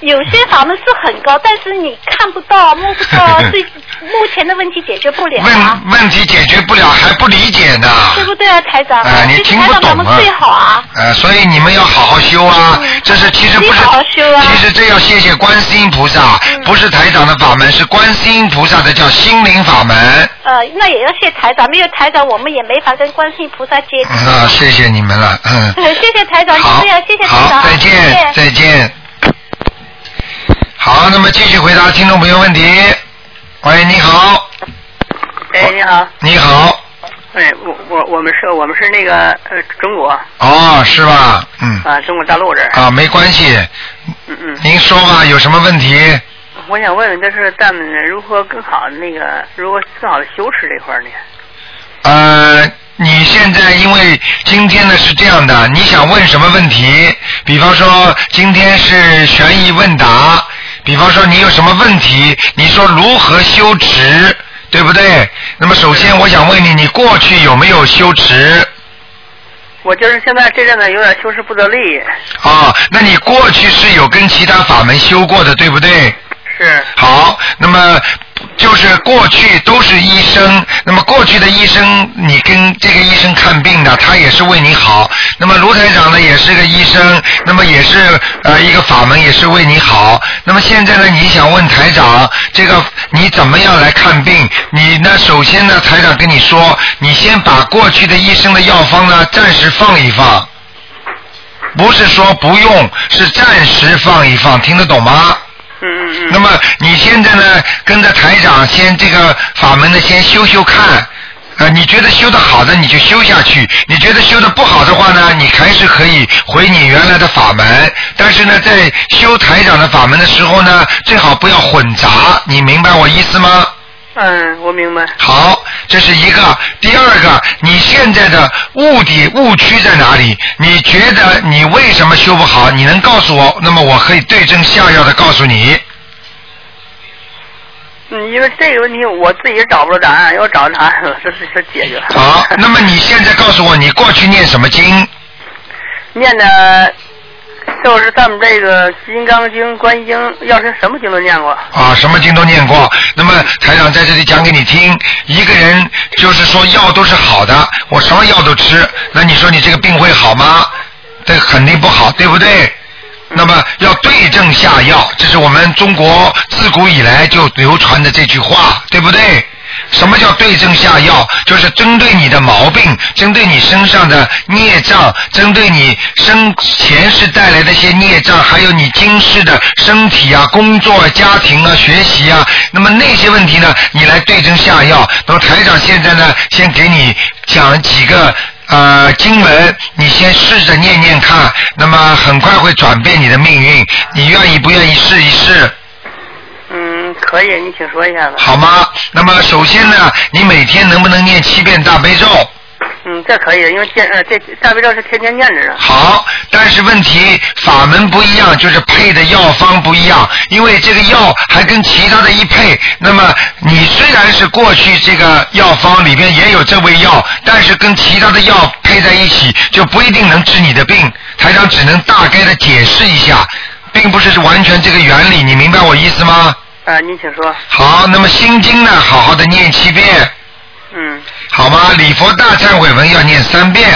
J: 有些法门是很高，但是你看不到、摸不
B: *laughs*
J: 到，最目前的问题解决不了啊，
B: 问问题解决不了，还不理解呢。
J: 对不对啊，台长？
B: 哎你
J: 其实
B: 听不
J: 台长法
B: 懂
J: 门
B: 啊
J: 最好啊，嗯
B: 呃，所以你们要好好修啊！这是其实不是，
J: 啊
B: 其实这要谢谢观世音菩萨，
J: 嗯
B: 不是台长的法门，是观世音菩萨的叫心灵法门。
J: 呃，那也要谢台长，没有台长，我们也没法跟观世音菩萨接。
B: 嗯啊，谢谢你们了，嗯。
J: 呃 *laughs* 谢谢台长，就
B: 好
J: 这样，谢谢台长
B: 好
J: 啊，，
B: 再见，再见。好，那么继续回答听众朋友问题。喂，你好，
K: 哎，你好，
B: 你好，
K: 哎，我我我们是我们是那个呃中国啊、
B: 哦，是吧？嗯，
K: 中国大陆这儿，
B: 啊，没关系，
K: 嗯嗯，
B: 您说吧，有什么问题？
K: 我想问问，就是咱们如何更好那个如何更好的修持这块儿呢？
B: 呃，你现在因为今天呢是这样的，你想问什么问题？比方说今天是悬疑问答，比方说你有什么问题，你说如何修持，对不对？那么首先我想问你，你过去有没有修持？
K: 我就是现在这阵子有点修持不得力，
B: 哦啊，那你过去是有跟其他法门修过的，对不对？
K: 是
B: 好，那么就是过去都是医生，那么过去的医生，你跟这个医生看病的，他也是为你好。那么卢台长呢，也是个医生，那么也是呃一个法门，也是为你好。那么现在呢，你想问台长，这个你怎么样来看病？你呢，首先呢，台长跟你说，你先把过去的医生的药方呢，暂时放一放。不是说不用，是暂时放一放，听得懂吗？嗯嗯。那么你现在呢，跟着台长先这个法门呢，先修修看。呃，你觉得修的好的你就修下去，你觉得修的不好的话呢，你还是可以回你原来的法门。但是呢，在修台长的法门的时候呢，最好不要混杂，你明白我意思吗？
K: 嗯，我明白。
B: 好，这是一个。第二个，你现在的误底误区在哪里？你觉得你为什么修不好？你能告诉我，那么我可以对症下药的告诉你。
K: 嗯，因为这个问题我自己也找不着答案，要找答案了，这是就解决了。
B: 好，那么你现在告诉我，你过去念什么经？
K: 念的，就是咱们这个《金刚经》《观音经》，要是什么经都念过。
B: 啊，什么经都念过。那么台长在这里讲给你听，一个人就是说药都是好的，我什么药都吃，那你说你这个病会好吗？这肯定不好，对不对？那么要对症下药，这是我们中国自古以来就流传的这句话，对不对？什么叫对症下药？就是针对你的毛病，针对你身上的孽障，针对你生前世带来的一些孽障，还有你今世的身体啊、工作啊、家庭啊、学习啊，那么那些问题呢，你来对症下药。那么台长现在呢，先给你讲几个呃经文，你先试着念念看，那么很快会转变你的命运。你愿意不愿意试一试？
K: 嗯，可以，你请说一下吧。
B: 好吗？那么首先呢，你每天能不能念七遍大悲咒？
K: 嗯，这可以，因为天呃这大悲咒是天天念着呢。
B: 好，但是问题法门不一样，就是配的药方不一样，因为这个药还跟其他的一配。那么你虽然是过去这个药方里边也有这味药，但是跟其他的药配在一起，就不一定能治你的病。台长只能大概的解释一下，并不是完全这个原理，你明白我意思吗？
K: 啊，您请说。
B: 好，那么心经呢，好好的念七遍，
K: 嗯
B: 好吗？礼佛大忏悔文要念三遍，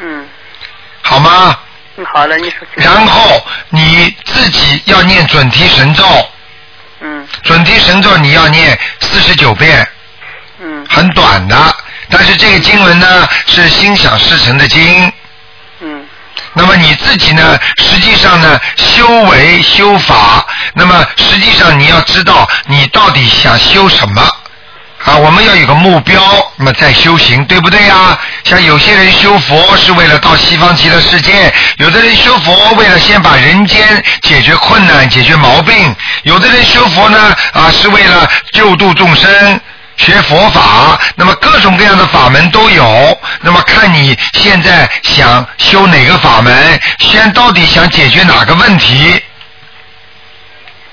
K: 嗯，
B: 好吗？
K: 嗯好了，你说。
B: *laughs* 然后你自己要念准提神咒，
K: 嗯
B: 准提神咒你要念四十九遍，
K: 嗯，
B: 很短的，但是这个经文呢是心想事成的经。
K: 嗯
B: 那么你自己呢？实际上呢，修为修法，那么实际上你要知道你到底想修什么啊？我们要有个目标，那么再修行，对不对呀、像有些人修佛是为了到西方极乐世界，有的人修佛为了先把人间解决困难、解决毛病，有的人修佛呢啊是为了救度众生。学佛法，那么各种各样的法门都有。那么看你现在想修哪个法门，先到底想解决哪个问题？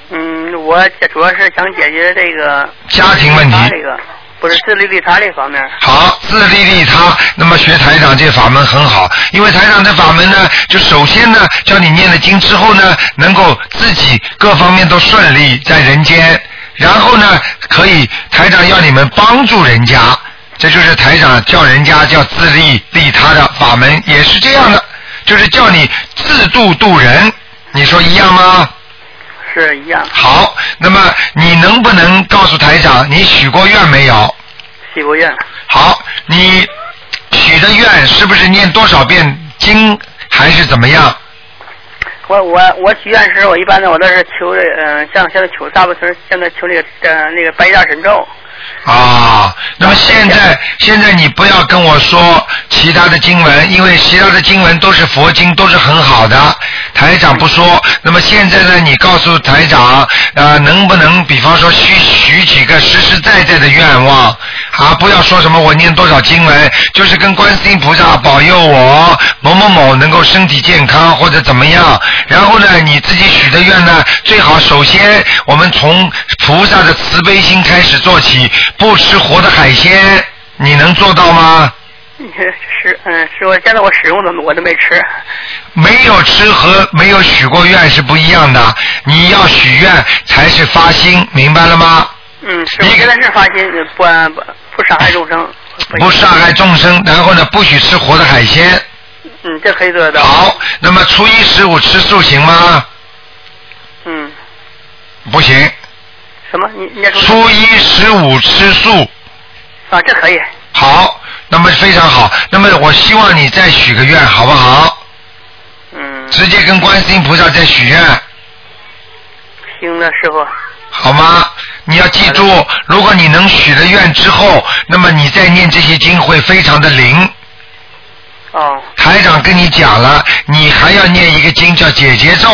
K: 嗯，我解主要是想解决这个
B: 家庭问题
K: 他这个不是自律力他这方面。
B: 好，自利利他。那么学台长这法门很好，因为台长这法门呢，就首先呢，叫你念了经之后呢，能够自己各方面都顺利在人间，然后呢，可以台长要你们帮助人家，这就是台长叫人家叫自利利他的法门，也是这样的，就是叫你自度度人，你说一样吗？
K: 是一样。
B: 好，那么你能不能告诉台长，你许过愿没有？
K: 许过愿，
B: 好，你许的愿是不是念多少遍经，还是怎么样？
K: 我我我许愿时，我一般呢，我都是求这嗯，像现在求大部分现在求那个呃那个白衣大神咒，
B: 啊，那么现在现在你不要跟我说其他的经文，因为其他的经文都是佛经，都是很好的。台长不说，那么现在呢，你告诉台长，呃，能不能比方说许许几个实实在在的愿望啊？不要说什么我念多少经文，就是跟观世音菩萨保佑我某某某能够身体健康或者怎么样。然后呢，你自己许的愿呢，最好首先我们从菩萨的慈悲心开始做起，不吃活的海鲜，你能做到吗？
K: 是嗯，是我现在我使用的我都没吃。
B: 没有吃和没有许过愿是不一样的，你要许愿才是发心，明白了吗？
K: 嗯，是我现在是发现呃不不不伤害众生。
B: 不杀害众生，然后呢，不许吃活的海鲜。
K: 嗯，这可以做得到。
B: 好，那么初一十五吃素行吗？
K: 嗯，
B: 不行，
K: 什么？你你说
B: 初一十五吃素。
K: 啊，这可以。
B: 好，那么非常好。那么我希望你再许个愿，好不好？
K: 嗯，
B: 直接跟观世音菩萨再许愿。
K: 行了，师傅。
B: 好吗？你要记住，如果你能许了愿之后，那么你再念这些经会非常的灵。
K: 哦。
B: 台长跟你讲了，你还要念一个经叫解结咒，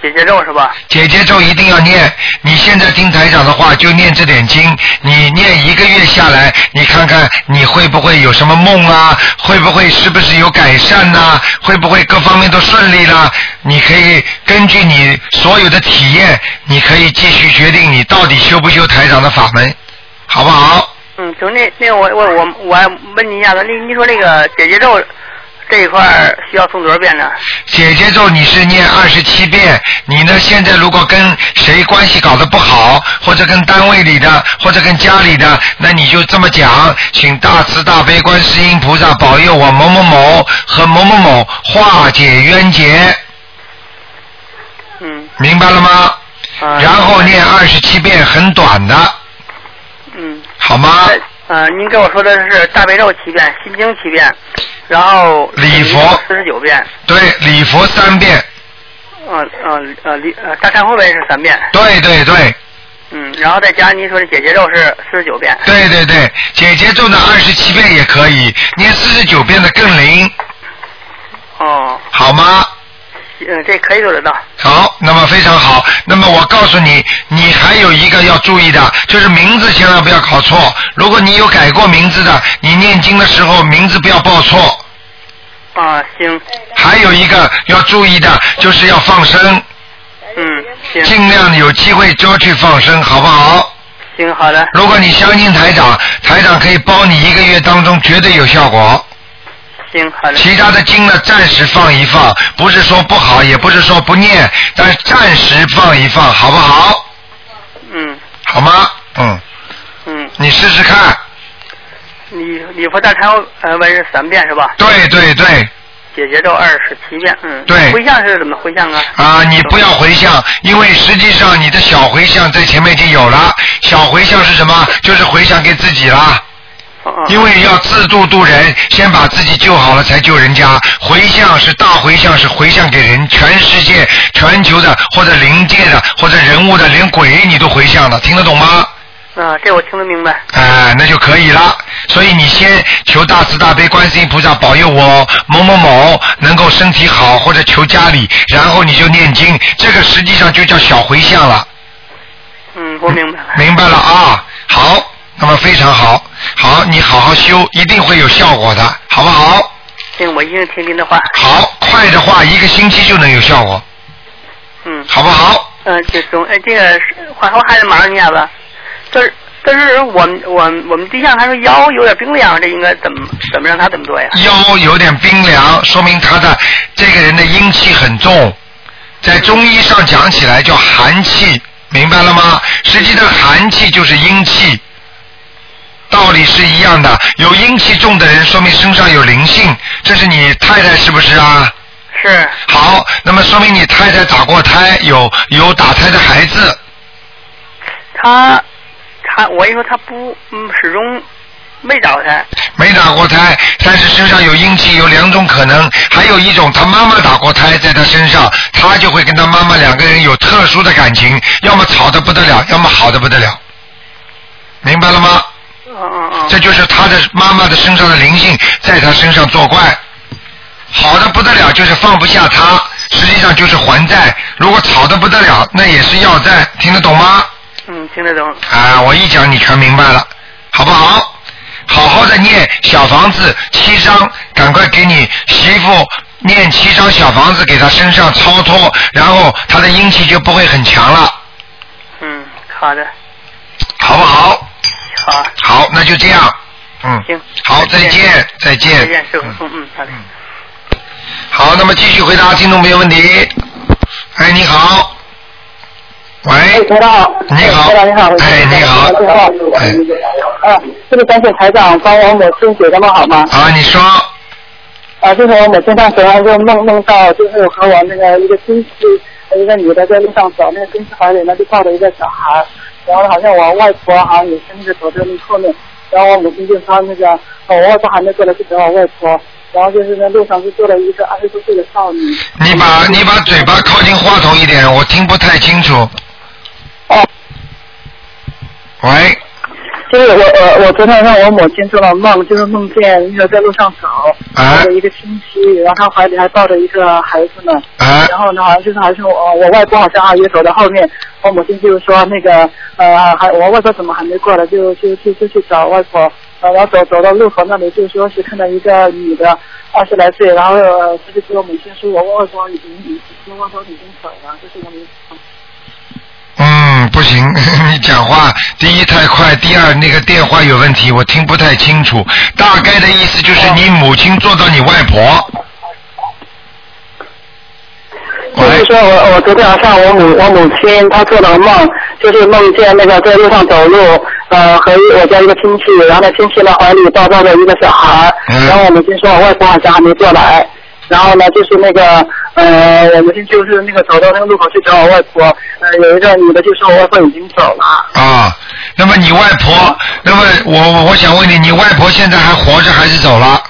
K: 姐姐肉是吧？
B: 解结咒一定要念。你现在听台长的话，就念这点经。你念一个月下来，你看看你会不会有什么梦啊？会不会是不是有改善呐、会不会各方面都顺利啦？你可以根据你所有的体验，你可以继续决定你到底修不修台长的法门，好不好？
K: 嗯，就那那个我我我我还问你一下子，那你说那个姐姐肉这一块儿需要诵多少遍呢？
B: 姐姐咒你是念二十七遍，你呢现在如果跟谁关系搞得不好，或者跟单位里的，或者跟家里的，那你就这么讲，请大慈大悲观世音菩萨保佑我某某某和某某某化解冤结。
K: 嗯。
B: 明白了吗？然后念二十七遍，很短的，
K: 嗯。
B: 好吗？
K: 呃，您跟我说的是大悲咒七遍，心经七遍，然后
B: 礼佛
K: 四十九遍，
B: 对，礼佛三遍，
K: 嗯嗯呃礼呃大忏悔文是三遍，
B: 对对对
K: 嗯，然后再加您说的姐姐咒是四十九遍，
B: 对对对，姐姐咒呢二十七遍也可以，念四十九遍的更灵，
K: 哦，
B: 好吗？
K: 嗯，这可以做得到，
B: 好，那么非常好。那么我告诉你，你还有一个要注意的，就是名字千万不要搞错。如果你有改过名字的，你念经的时候名字不要报错。
K: 啊，行，
B: 还有一个要注意的，就是要放生，
K: 嗯，
B: 尽量有机会多去放生，好不好？
K: 行，好的，
B: 如果你相信台长，台长可以包你一个月当中绝对有效果。
K: 行，好的，
B: 其他的经呢，暂时放一放，不是说不好，也不是说不念，但是暂时放一放，好不好？
K: 嗯
B: 好吗？嗯，
K: 嗯，
B: 你试试看。
K: 礼礼佛大忏悔呃文是三遍是吧？
B: 对对对，
K: 姐姐咒二十七遍，嗯，
B: 对
K: 回向是怎么回向啊？
B: 啊，你不要回向，因为实际上你的小回向在前面已经有了。小回向是什么？就是回向给自己啦。因为要自度度人，先把自己救好了才救人家。回向是大回向，是回向给人全世界、全球的或者灵界的或者人物的，连鬼你都回向了，听得懂吗？
K: 啊，这我听得明白，
B: 哎，那就可以了。所以你先求大慈大悲观世音菩萨保佑我某某某能够身体好，或者求家里，然后你就念经，这个实际上就叫小回向了，
K: 嗯，我明白了，
B: 明白了啊？好，那么非常好，好，你好好修，一定会有效果的，好不好？
K: 行，我一定听您的话，
B: 好，快的话一个星期就能有效果，
K: 嗯。
B: 好不好？
K: 嗯，这种哎，这个是话说还得麻烦一下子，但是但是我们我们我们对象他说腰有点冰凉，这应该怎么怎么让他怎么做呀？
B: *laughs* 腰有点冰凉，说明他的这个人的阴气很重，在中医上讲起来叫寒气，明白了吗？实际的寒气就是阴气，道理是一样的。有阴气重的人，说明身上有灵性，这是你太太是不是啊？
K: 是，
B: 好，那么说明你太太打过胎，有有打胎的孩子，
K: 他他我一说他不嗯始终没找他，
B: 没打过胎，但是身上有阴气，有两种可能，还有一种他妈妈打过胎，在他身上，他就会跟他妈妈两个人有特殊的感情，要么吵得不得了，要么好的不得了，明白了吗？
K: 嗯嗯嗯，
B: 这就是他的妈妈的身上的灵性在他身上作怪，好的不得了就是放不下他，实际上就是还债。如果吵得不得了，那也是要债，听得懂吗？
K: 嗯听得懂，
B: 啊，我一讲你全明白了，好不好？好好的念小房子七张，赶快给你媳妇念七张小房子，给她身上超脱，然后她的阴气就不会很强了，
K: 嗯好的
B: 好不好？
K: 好，
B: 好，那就这样。嗯，
K: 行，
B: 好，再见，再
K: 再
B: 见。
K: 见，师傅，嗯嗯，好的。
B: 好，那么继续回答听众朋友问题。哎，你好。喂，
E: 台长，
B: 你好，
E: 台长你好，哎，你好，你好，
G: 哎
E: 啊，这个感谢台长帮我母亲解个梦好吗？
B: 啊，你说，
E: 啊，就是我母亲上学完就梦梦到，就是我和我那个一个亲戚，一个女的在路上走，那个亲戚怀里呢就抱着一个小孩儿，然后好像我外婆好像也是那个走在那后面，然后我母亲就说那个，哦、我外婆还没过来去找我外婆，然后就是那路上就坐了一个二十多岁的少女，
B: 你把你把嘴巴靠近话筒一点，我听不太清楚。
E: 哦
B: 喂，
E: 就是我
G: 呃
E: 我我昨天让我母亲做了梦，就是梦见那个在路上走，
B: 抱
E: 着一个亲戚，然后她怀里还抱着一个孩子呢。然后呢，好像就是好像是我我外婆好像啊也走在后面，我母亲就说那个呃还我外婆怎么还没过来，就就就就去找外婆。呃然后走走到路口那里，就说是看到一个女的，二十来岁，然后呃她就给我母亲说，我外婆已经已经外婆已经走了，就是我们。
B: 嗯，不行， *laughs* 你讲话第一太快，第二那个电话有问题，我听不太清楚。大概的意思
E: 哦
B: 就是你母亲做到你外婆，
E: 就是说我我昨天晚上我母我母亲她做了梦，就是梦见那个在路上走路，呃，和一我家一个亲戚，然后那亲戚呢怀里抱着的一个小孩儿，然后我母亲说我外婆好像还没过来，然后呢就是那个呃，我母亲就是那个走到那个路口去找我外婆，呃，有一个女的就说我外婆已经走了，
B: 啊，那么你外婆，那么我我我想问你，你外婆现在还活着还是走了？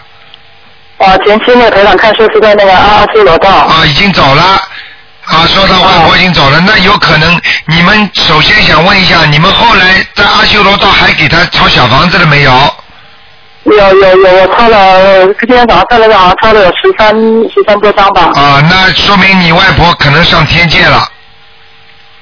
E: 啊，前期那个台长看书是在那个阿阿修罗道。
B: 啊，已经走了。啊，说到外婆已经走
E: 哦
B: 了，那有可能你们首先想问一下，你们后来在阿修罗道还给他抄小房子了没有？
E: 有有有，我抄了，今天早上在那个好像抄了有十三十三多张吧。
B: 啊，那说明你外婆可能上天界了。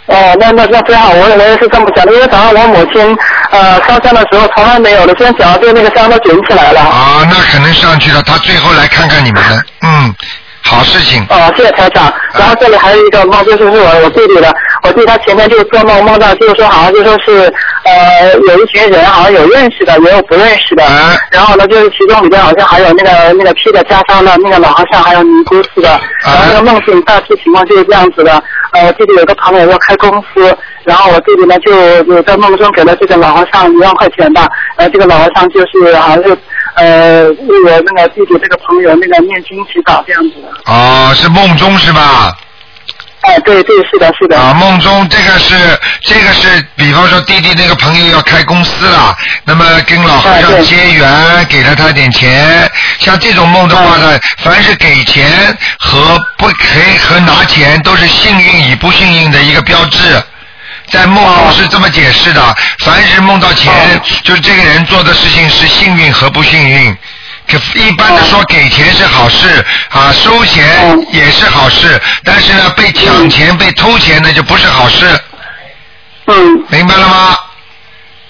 E: 哦，那那那最好，我也是这么想的，因为早上我母亲呃烧香的时候从来没有的，现在想到就那个香都卷起来了。
B: 啊，那可能上去了，他最后来看看你们的，嗯，好事情。
E: 哦，谢谢台长。然后这里还有一个梦，就是是我我弟弟的，我弟他前天就是做梦梦到，就是说好像就说是呃有一群人，好像有认识的，也有不认识的。然后呢，就是其中里边好像还有那个那个披着袈裟的那个老和尚，还有尼姑似的。然后这个梦境大致情况就是这样子的。呃，我弟弟有个朋友要开公司，然后我弟弟呢就就在梦中给了这个老和尚一万块钱吧，呃，这个老和尚就是好像是呃为我那个弟弟这个朋友那个念经祈祷这样子。
B: 哦，是梦中是吧？
E: 哎，对对，是的，是
B: 的。啊，梦中这个是这个是，比方说弟弟那个朋友要开公司了，那么跟老
E: 啊
B: 和尚结缘，给了他点钱。像这种梦的话
E: 啊
B: 呢，凡是给钱和不给和拿钱，都是幸运与不幸运的一个标志。在梦中是这么解释的：凡是梦到钱，就是这个人做的事情是幸运和不幸运。可一般的说，给钱是好事啊，收钱也是好事，但是呢，被抢钱、被偷钱那就不是好事。
E: 嗯，
B: 明白了吗？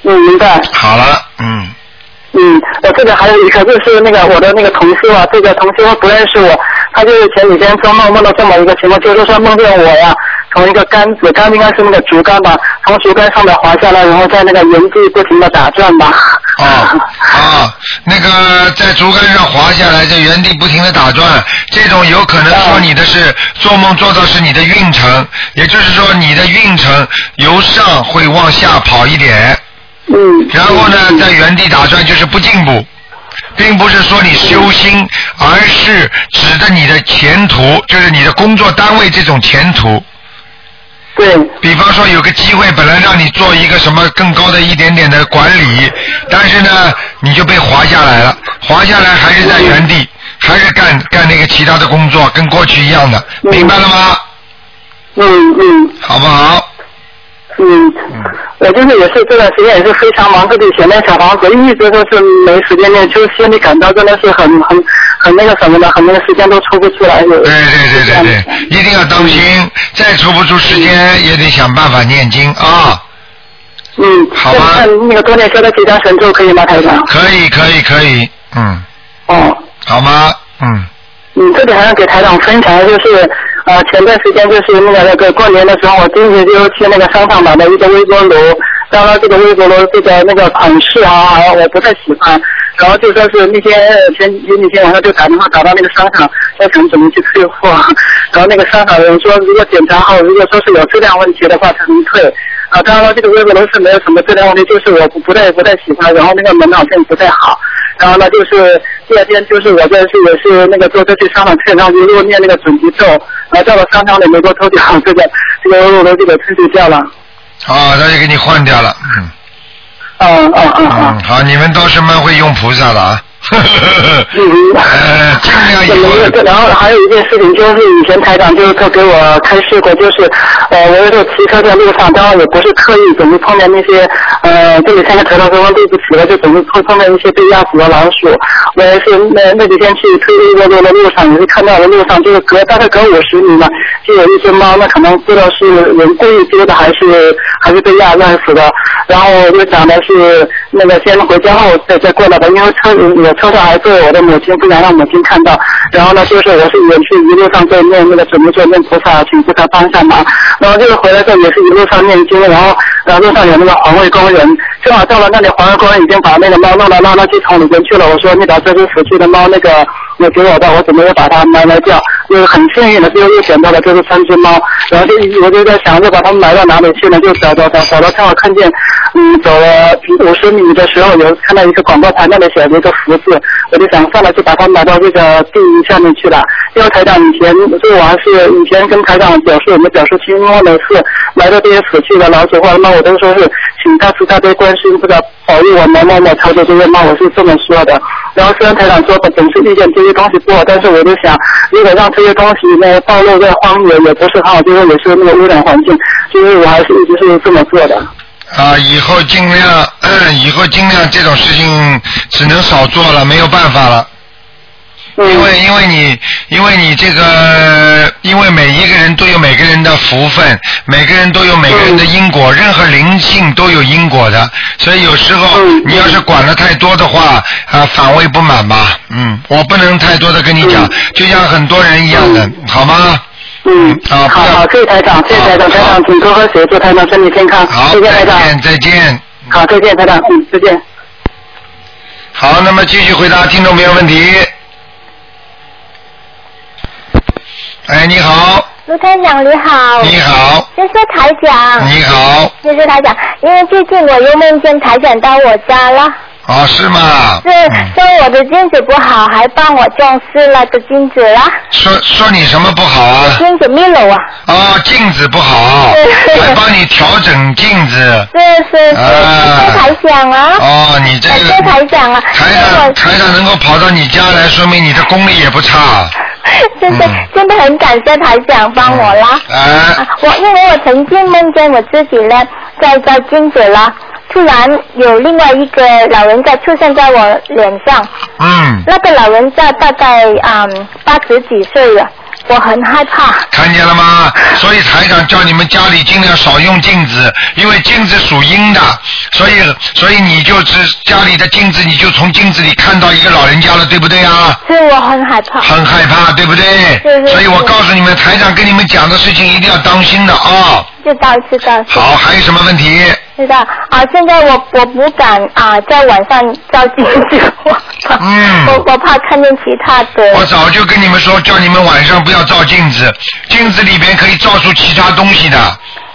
E: 嗯，明白。
B: 好了，嗯。
E: 嗯，我这个还有一个就是那个我的那个同事啊，这个同事他不认识我，他就是前几天做梦梦到这么一个情况，就是说梦见我呀，从一个杆子，杆应该是那个竹竿吧，从竹竿上面滑下来，然后在那个原地不停的打转吧。
B: 啊，那个在竹竿上滑下来，在原地不停的打转，这种有可能说你的是做梦做到是你的运程，也就是说你的运程由上会往下跑一点。
E: 嗯。
B: 然后呢，在原地打转就是不进步。并不是说你修心，而是指的你的前途，就是你的工作单位这种前途。
E: 对。
B: 比方说有个机会，本来让你做一个什么更高的一点点的管理，但是呢，你就被滑下来了，滑下来还是在原地，还是干干那个其他的工作，跟过去一样的，明白了吗？
E: 嗯嗯。
B: 好不好？
E: 嗯，我就是也是这段时间也是非常忙，自己写那小房子，一直都是没时间念，就是心里感到真的是很很很那个什么的，很那个时间都抽不出来。对
B: 对对对对，
E: 嗯
B: 一定要当心，再抽不出时间也得想办法念经啊。
E: 嗯，
B: 好吧。
E: 那个多念消的几张神咒可以吗，台长？
B: 可以可以可以，嗯。
E: 哦。
B: 好吗？嗯。
E: 嗯，这里还要给台长分享，就是呃，前段时间就是那个那个过年的时候，我弟弟就去那个商场买了一个微波炉，当然这个微波炉这个那个款式啊，好像我不太喜欢。然后就说是那天呃前前几天晚上就打电话打到那个商场，要想怎么去退货，啊然后那个商场的人说，如果检查后如果说是有质量问题的话才能退。啊，当然了，这个微波炉是没有什么质量问题，就是我不不太不太喜欢，然后那个门好像不太好。然后呢，就是第二天就是我在是也是那个坐车去商场去，然后一路念那个准提咒，然后到了商场里没多抽奖，这个这个微波炉这个退掉了。
B: 啊，他就给你换掉了，嗯。
E: 嗯嗯嗯
B: 嗯，好，你们倒是蛮会用菩萨的啊。呃，尽量以后
E: 对然后还有一件事情，就是以前台长就是他给我开示过，就是呃，我有时候骑车在路上，当然也不是刻意，总是碰见那些呃，这里三个头头说说对不起了，就总是碰碰见一些被压死的老鼠。我也是那那几天去推微波炉的路上，也是看到了路上就是隔大概隔五十米嘛，就有一只猫，那可能不知道是人故意丢的还是还是被压压死的。然后我就想的是那个先回家后再再过来吧，因为车我车上还坐着我的母亲，不想让母亲看到。然后呢，就是我是也是一路上在念那个准备做念菩萨，请菩萨帮一下忙。然后这个回来之后也是一路上念经，然后然后路上有那个环卫工人，正好到了那里，环卫工人已经把那个猫弄到垃圾桶里边去了。我说你把这只死去的猫那个也给我吧，我准备把它埋埋掉。就是很幸运的，最后又捡到了这是三只猫，然后就我就在想着把它们埋到哪里去呢？就找找找找到，正好看见，嗯，走了五十米的时候，有看到一个广告牌那里写着一个福字，我就想算了，就把它埋到这个地下面去了。因为台长以前，就我还是以前跟台长表示，我们表示清楚，每次埋到这些死去的老鼠或者猫，我都说是请大慈大悲观世音菩萨保佑我某某某超度这些猫，我是这么说的。然后虽然台长说总是遇见这些东西不好，但是我就想，如果让这些东西呢暴露在荒野也不是很好，就是也是那个污染环境，就是我还是一直是这么做的。
B: 啊，以后尽量， *clears throat* 以后尽量这种事情只能少做了，没有办法了。因为因为你因为你这个，因为每一个人都有每个人的福分，每个人都有每个人的因果，任何灵性都有因果的，所以有时候你要是管的太多的话，啊，反胃不满吧，嗯，我不能太多的跟你讲，就像很多人一样的，好吗？
E: 嗯，
B: 好，
E: 好好，谢谢台长，谢谢台长，台长请多喝水，祝台长身体健康，
B: 好，
E: 谢谢台
B: 再
E: 长，
B: 见，再见。
E: 好，再见台长，嗯，再见。
B: 好，那么继续回答听众朋友问题。哎，你好，
L: 卢台长你好，
B: 你好，
L: 这是台长，
B: 你好，
L: 这是台长，因为最近我又梦见台长到我家了，
B: 哦，是吗？
L: 是说我的镜子不好，还帮我装饰了个镜子啦， *laughs*
B: 说说你什么不好啊？
L: 镜子灭了啊，
B: 哦，镜子不好，还帮你调整镜子。
L: 是是是，
B: 啊
L: 谢谢台长啊，
B: 哦，你这
L: 谢谢
B: 个
L: 台长啊，
B: 台长台长能够跑到你家来，说明你的功力也不差。
L: 真的、真的很感谢台长帮我啦。
B: 嗯啊，
L: 我因为我曾经梦见我自己呢在照镜子啦，突然有另外一个老人家出现在我脸上，
B: 嗯，
L: 那个老人家大概嗯八十几岁了，我很害怕。
B: 看见了吗？所以台长叫你们家里尽量少用镜子，因为镜子属阴的，所以所以你就只家里的镜子，你就从镜子里看到一个老人家了，对不对啊？
L: 是我很害怕。
B: 很害怕，对不对？
L: 是是
B: 所以我告诉你们，台长跟你们讲的事情一定要当心的啊、
L: 知道知道知
B: 好，还有什么问题？
L: 知道啊！现在我我不敢啊，在晚上照镜子，我怕、
B: 嗯
L: 我我怕看见其他的。
B: 我早就跟你们说，叫你们晚上不要照镜子，镜子里边可以照出其他东西的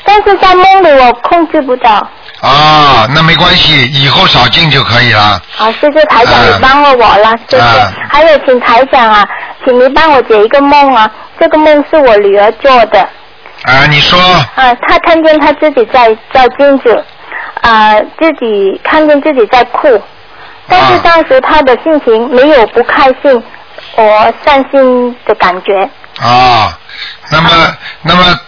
L: 但是在梦里我控制不到。
B: 啊。那没关系，以后少进就可以了。
L: 好，谢谢啊台长，你帮了我了，谢谢。
B: 啊
L: 还有，请台长啊，请你帮我解一个梦啊，这个梦是我女儿做的。
B: 啊，你说
L: 啊，她看见她自己在照镜子，啊，自己看见自己在哭，但是当时她的心情没有不开心，我伤心的感觉。
B: 啊，那么那么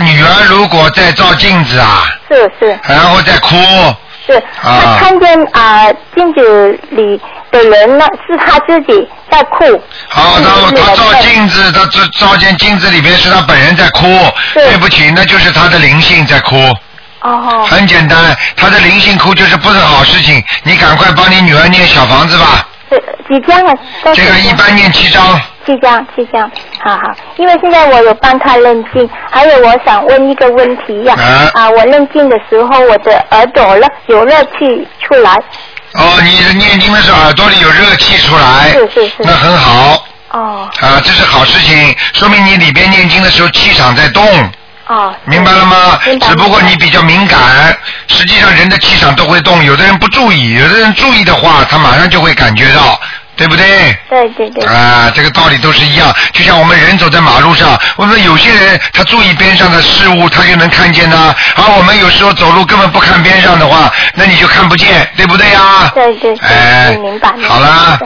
B: 女儿如果在照镜子啊，
L: 是是
B: 然后再哭
L: 是，她
B: 啊
L: 看见啊、镜子里的人呢是她自己在哭。
B: 好，他他照镜子，他照照见镜子里边是他本人在哭，对不起，那就是他的灵性在哭。
L: 哦。
B: 很简单，他的灵性哭就是不是好事情，你赶快帮你女儿念小房子吧。
L: 是几张啊？
B: 这个一般念七张。
L: 七张，七张，好好。因为现在我有帮他认镜，还有我想问一个问题呀、啊，我认镜的时候我的耳朵呢有热气出来，
B: 哦，你的念经的时候耳朵里有热气出来，
L: 是是是，
B: 那很好
L: 哦
B: 啊，这是好事情，说明你里边念经的时候气场在动。
L: 哦，
B: 明白了吗？
L: 明白
B: 只不过你比较敏感，实际上人的气场都会动，有的人不注意，有的人注意的话，他马上就会感觉到，对不对？
L: 对对对，
B: 啊，这个道理都是一样。就像我们人走在马路上，我们有些人他注意边上的事物，他就能看见呐、而我们有时候走路根本不看边上的话，那你就看不见，对不对呀、
L: 对对对，
B: 哎
L: 明白。明白
B: 好啦，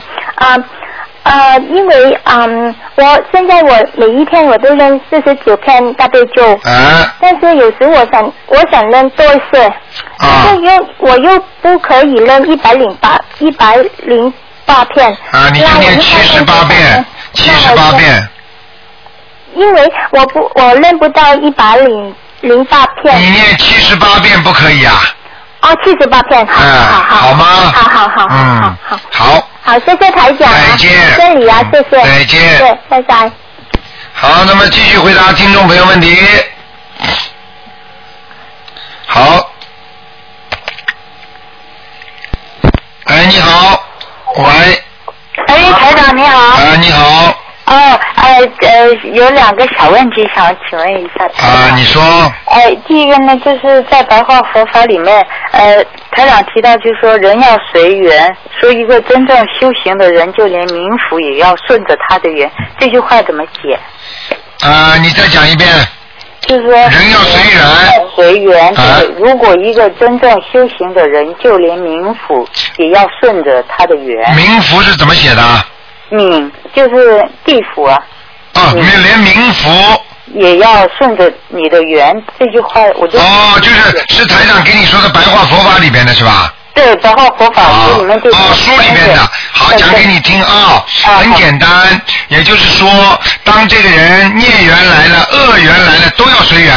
L: 啊、呃，因为嗯，我现在我每一天我都扔四十九篇大悲咒，
B: 啊、
L: 但是有时我想我想扔多一些，
B: 啊
L: 但是又我又不可以扔一百零八一百零八片，
B: 啊，你就念七十八遍，七十八遍。
L: 因为我不我扔不到一百零零八片。
B: 你念七十八遍不可以啊？
L: 哦，七十八片，好好好，好
B: 哎吗？
L: 好好好，
B: 嗯，好，
L: 好，谢谢台长、啊，再见，这里啊，谢谢，
B: 再见
L: 对，拜拜。
B: 好，那么继续回答听众朋友问题。好，哎，你好，喂，
M: 哎，台长你好。
B: 啊，你好。
M: 哦，哎呃，有两个小问题想请问一下。
B: 啊，你说，
M: 哎，第一个呢，就是在白话佛法里面，呃，台长提到，就是说人要随缘，说一个真正修行的人，就连民服也要顺着他的缘。这句话怎么解？
B: 啊，你再讲一遍，
M: 就是说人要随缘，
B: 啊
M: 随缘。对，如果一个真正修行的人，就连民服也要顺着他的缘。
B: 民服是怎么写的？
M: 民嗯就是地府啊。
B: 啊，你连民服。
M: 也要顺着你的缘，这句话我就
B: 哦，就是是台长给你说的白话佛法里边的是吧？
M: 对白话佛法
B: 书里面
M: 第
B: 哦，书里面的，好讲给你听啊，很简单，也就是说，当这个人孽缘来了，恶缘来了，都要随缘。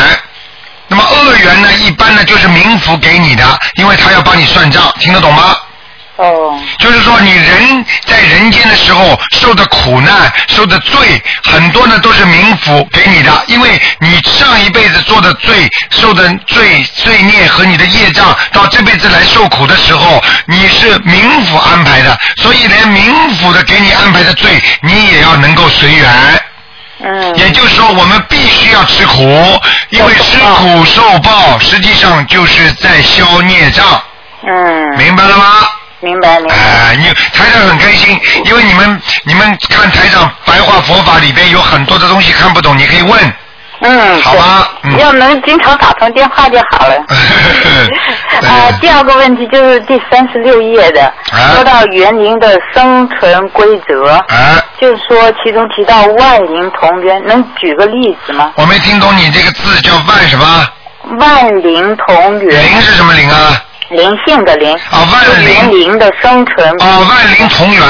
B: 那么恶缘呢，一般呢就是冥府给你的，因为他要帮你算账，听得懂吗？
M: 哦，
B: 就是说你人在人间的时候受的苦难、受的罪，很多呢都是冥府给你的，因为你上一辈子做的罪、受的罪、罪孽和你的业障，到这辈子来受苦的时候，你是冥府安排的，所以连冥府的给你安排的罪，你也要能够随缘。
M: 嗯，
B: 也就是说，我们必须要吃苦，因为吃苦受报，实际上就是在消孽障。
M: 嗯，
B: 明白了吗？
M: 明白明白。
B: 哎、你台长很开心，因为你们你们看台长白话佛法里边有很多的东西看不懂，你可以问。
M: 嗯，
B: 好吧，
M: 对要能经常打通电话就好了。
B: 哎
M: 啊，第二个问题就是第三十六页的，
B: 哎
M: 说到园林的生存规则，
B: 哎
M: 就是说其中提到万灵同源，能举个例子吗？
B: *laughs* 我没听懂你这个字叫万什
M: *laughs*
B: 么？
M: 万灵同源。
B: 灵是什么灵啊？
M: 灵性的灵。
B: 啊，万灵
M: 灵的生存。
B: 哦，万灵同源。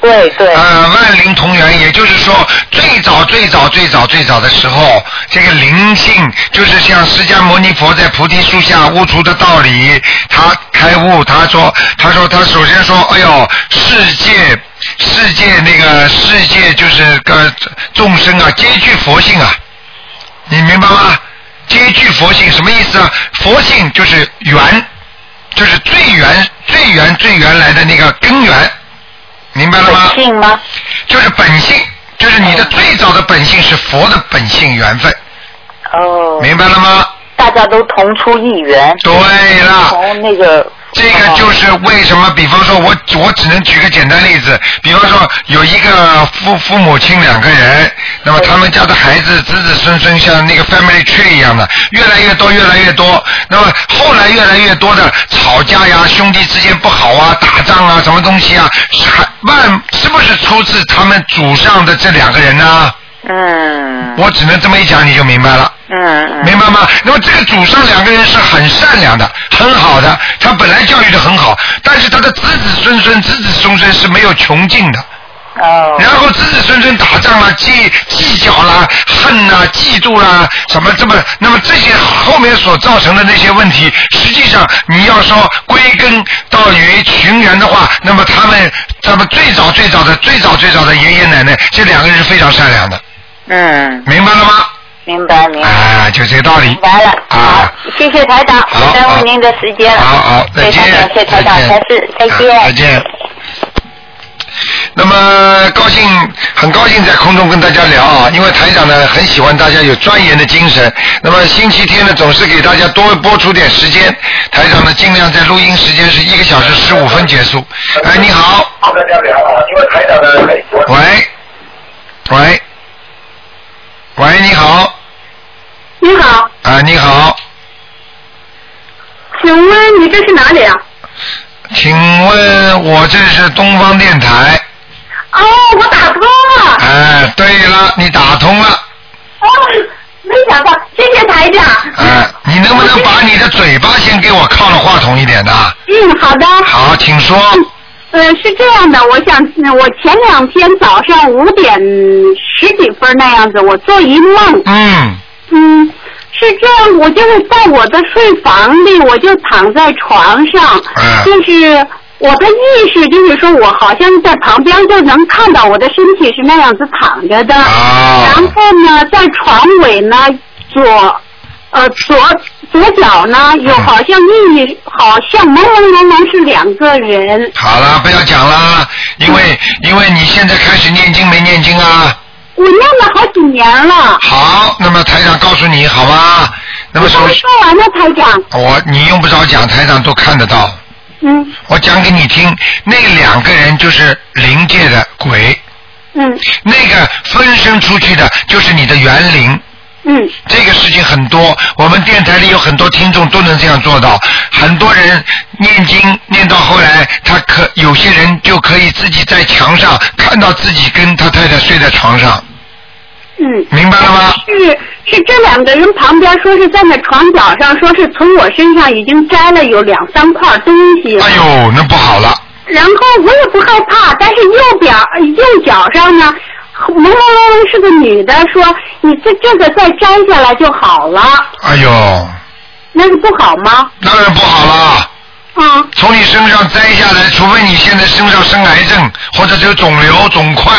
M: 对对。
B: 啊，万灵同源，也就是说，最早最早最早最早的时候，这个灵性就是像释迦牟尼佛在菩提树下悟出的道理，他开悟，他说，他说，他首先说，哎呦，世界。世界那个世界就是个众生啊，皆具佛性啊，你明白吗？皆具佛性什么意思啊？佛性就是缘，就是最原、最原、最原来的那个根源，明白了吗？
M: 本性吗？嗯
B: 就是本性，就是你的最早的本性是佛的本性缘分，
M: 哦。
B: 明白了吗？
M: 大家都同出一源。
B: 对了。
M: 从那个。
B: 这个就是为什么，比方说我我只能举个简单例子，比方说有一个父父母亲两个人，那么他们家的孩子子子孙孙像那个 family tree 一样的，越来越多，越来越多，那么后来越来越多的吵架呀，兄弟之间不好啊，打仗啊，什么东西啊，是还万是不是出自他们祖上的这两个人呢、
M: 嗯。
B: 我只能这么一讲，你就明白了。
M: 嗯
B: 明白吗？那么这个祖上两个人是很善良的，很好的，他本来教育的很好，但是他的子子孙孙、子子孙孙是没有穷尽的，
M: 哦
B: 然后子子孙孙打仗啦、计计较啦、恨啦、嫉妒啦，什么这么，那么这些后面所造成的那些问题，实际上你要说归根到于群源的话，那么他们咱们最早最早的最早最早的爷爷奶奶，这两个人是非常善良的，
M: 嗯，
B: 明白了吗？
M: 明白明白。
B: 啊，就这个道理
M: 明。白了，好，谢谢台长，不耽误您的时间了。
B: 好好，再
M: 非
B: 见
M: 常，感谢台长，
B: 再见
M: 还是嗯再见。
B: 啊再见。那么高兴，很高兴在空中跟大家聊啊，因为台长呢很喜欢大家有钻研的精神。那么星期天呢，总是给大家多播出点时间。台长呢，尽量在录音时间是一个小时十五分结束。哎，你好。喂，喂，喂，你好，
F: 你好，
B: 啊，你好，
F: 请问你这是哪里啊？
B: 请问我这是东方电台。
G: 啊
F: 哦，我打通了。
B: 哎，对了，你打通了。
F: 哦，没想到，谢谢台长。
B: 哎，你能不能把你的嘴巴先给我靠了话筒一点呢？
F: 嗯，好的。
B: 好，请说。
F: 呃，是这样的，我想呃我前两天早上五点十几分那样子，我做一梦。
B: 嗯。
F: 嗯，是这样，我就是在我的睡房里，我就躺在床上，就是我的意识就是说我好像在旁边就能看到我的身体是那样子躺着的，然后呢，在床尾呢左。呃，左左脚呢，有好像意识，好像朦朦胧胧是两个人。
B: 好了，不要讲了，因为因为你现在开始念经没念经啊？
F: 我念了好几年了。
B: 好，那么台长告诉你好吗？那么首
F: 说完了，台长。
B: 我你用不着讲，台长都看得到。
F: 嗯
B: 我讲给你听，那两个人就是灵界的鬼。
F: 嗯。
B: 那个分身出去的就是你的园灵。
F: 嗯，
B: 这个事情很多，我们电台里有很多听众都能这样做到。很多人念经念到后来，他可有些人就可以自己在墙上看到自己跟他太太睡在床上。
F: 嗯，
B: 明白了吗？
F: 是是，这两个人旁边说是在那床角上，说是从我身上已经摘了有两三块东西。哎
B: 呦，那不好了。
F: 然后我也不害怕，但是右边呃右脚上呢，朦朦胧胧是个女的说，你这这个再摘下来就好了，
B: 哎呦，
F: 那是不好吗？
B: 当然不好了。
F: 嗯。
B: 从你身上摘下来，除非你现在身上生癌症或者有肿瘤、肿块，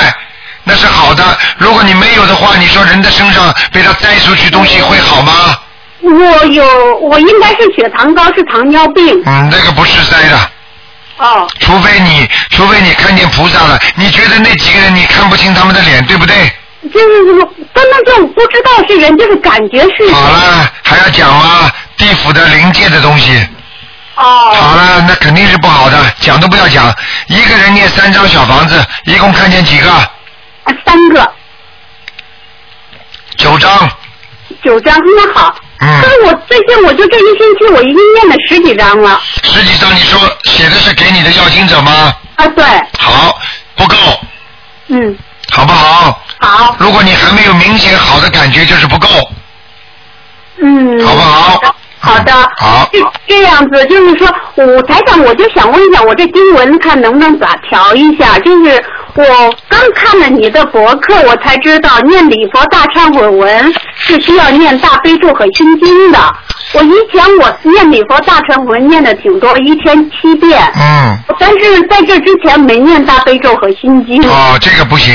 B: 那是好的。如果你没有的话，你说人的身上被它摘出去东西会好吗？
F: 我有，我应该是血糖高，是糖尿病。
B: 嗯，那个不是摘的。
F: 哦。
B: 除非你，除非你看见菩萨了，你觉得那几个人你看不清他们的脸，对不对？
F: 就是我根本就不知道是人，就是感觉是
B: *laughs*
F: 人。
B: 好了，还要讲吗？地府的灵界的东西。
F: 哦。
B: 好了，那肯定是不好的，讲都不要讲。一个人念三张小房子，一共看见几个？
F: 啊三个，
B: 九张。
F: 九张，那好。
B: 嗯。
F: 但我最近我就这一星期我已经念了十几张了。
B: 实际上你说写的是给你的要经者吗？
F: 啊，对。
B: 好，不够，
F: 嗯，
B: 好不好？
F: 好。
B: 如果你还没有明显好的感觉，就是不够。
F: 嗯，好不好？好的，好，是这样子，就是说，我台长，我就想问一下，我这经文看能不能咋调一下？就是我刚看了你的博客，我才知道念礼佛大忏悔文是需要念大悲咒和心经的。我以前我念礼佛大忏悔文念的挺多，一天七遍，
B: 嗯。
F: 但是在这之前没念大悲咒和心经，
B: 哦，这个不行。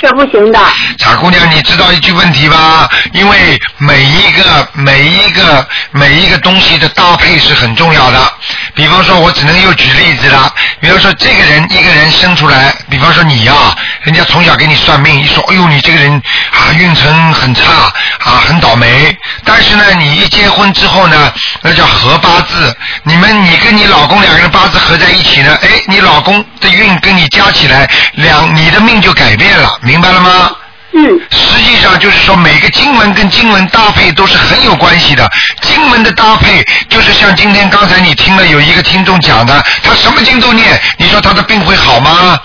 F: 这不行的。
B: 傻姑娘，你知道一句问题吧？因为每一个、每一个、每一个东西的搭配是很重要的。比方说，我只能又举例子了。比方说，这个人一个人生出来，比方说你呀、人家从小给你算命，一说，哎呦，你这个人啊运程很差啊，很倒霉。但是呢，你一结婚之后呢，那叫合八字。你们，你跟你老公两个人八字合在一起呢，哎，你老公的运跟你加起来，两你的命就改变了，明白了吗？
F: 嗯，
B: 实际上就是说，每个经文跟经文搭配都是很有关系的。经文的搭配，就是像今天刚才你听了有一个听众讲的，他什么经都念，你说他的病会好吗？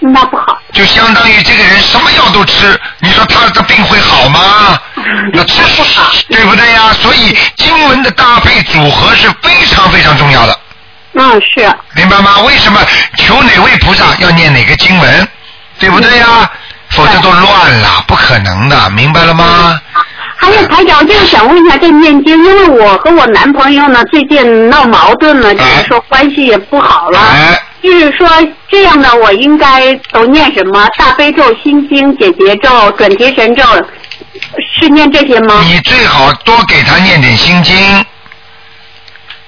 F: 那不好。
B: 就相当于这个人什么药都吃，你说他的病会好
F: *laughs*
B: 吗？那吃对不对呀？所以经文的搭配组合是非常非常重要的，
F: 嗯，是，
B: 明白吗？为什么求哪位菩萨要念哪个经文？对不对呀、 *laughs* 否则都乱了，不可能的，明白了吗？
F: 还有台长，就是想问一下这念经，因为我和我男朋友呢最近闹矛盾
B: 哎
F: 了，就是说关系也不好了。就是说这样的，我应该都念什么？大悲咒、心经、解结咒、准提神咒，是念这些吗？
B: 你最好多给他念点心经。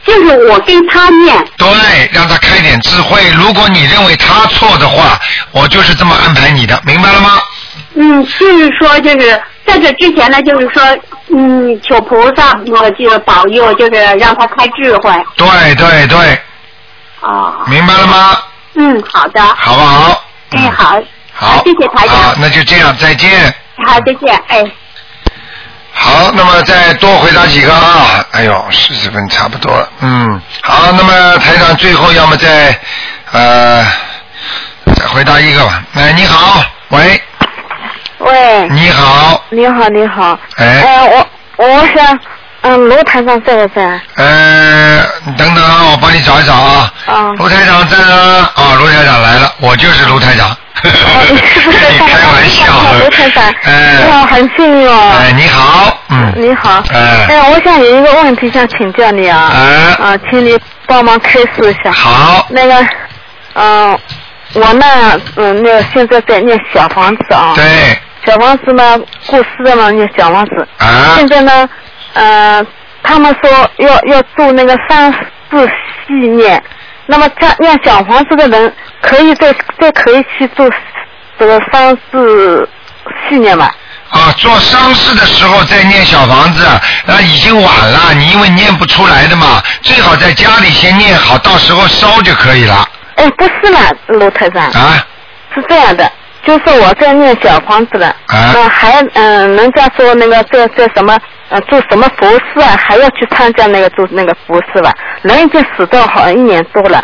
F: 就是我跟他念。
B: 对，让他开点智慧。如果你认为他错的话，我就是这么安排你的，明白了吗？
F: 嗯，就是说，就是在这之前呢，就是说，嗯，求菩萨我就保佑，就是让他开智慧。
B: 对对对，
F: 啊、
B: 明白了吗？
F: 嗯，好的。
B: 好不好？
F: 哎，好。
B: 好
F: 谢谢台长。
B: 好，那就这样，再见。
F: 好，再见。哎，
B: 好，那么再多回答几个啊。哎呦，四十分差不多了。嗯，好，那么台长最后要么再呃再回答一个吧。哎，你好，喂，
N: 喂，
B: 你好，
N: 你好，你好，
B: 哎，
N: 呃，我我想，嗯，楼台上在不在？
B: 呃，等等啊，我帮你找一找啊。
N: 啊，
B: 卢台长在啊，啊，卢台长来了，我就是卢台长。
N: 开玩笑，楼台上，你好，很幸运哦。
B: 哎，你好，嗯，
N: 你好，
B: 哎
N: 哎，我想有一个问题想请教你啊，啊，请你帮忙开示一下。
B: 好。
N: 那个，嗯、我呢，嗯，那现在在念小房子啊。
B: 对。
N: 小房子呢，过世的嘛，念小房子。
B: 啊。
N: 现在呢，呃，他们说要要做那个三字系念，那么这念小房子的人，可以再再可以去做这个三字系念吧？
B: 啊，做丧事的时候再念小房子，那已经晚了，你因为念不出来的嘛，最好在家里先念好，到时候烧就可以了。
N: 哎，不是啦，罗台长。
B: 啊。
N: 是这样的，就是我在念小房子了，啊、还嗯、人家说那个这这什么呃做什么佛事啊，还要去参加那个做那个佛事吧，人已经死掉好一年多了。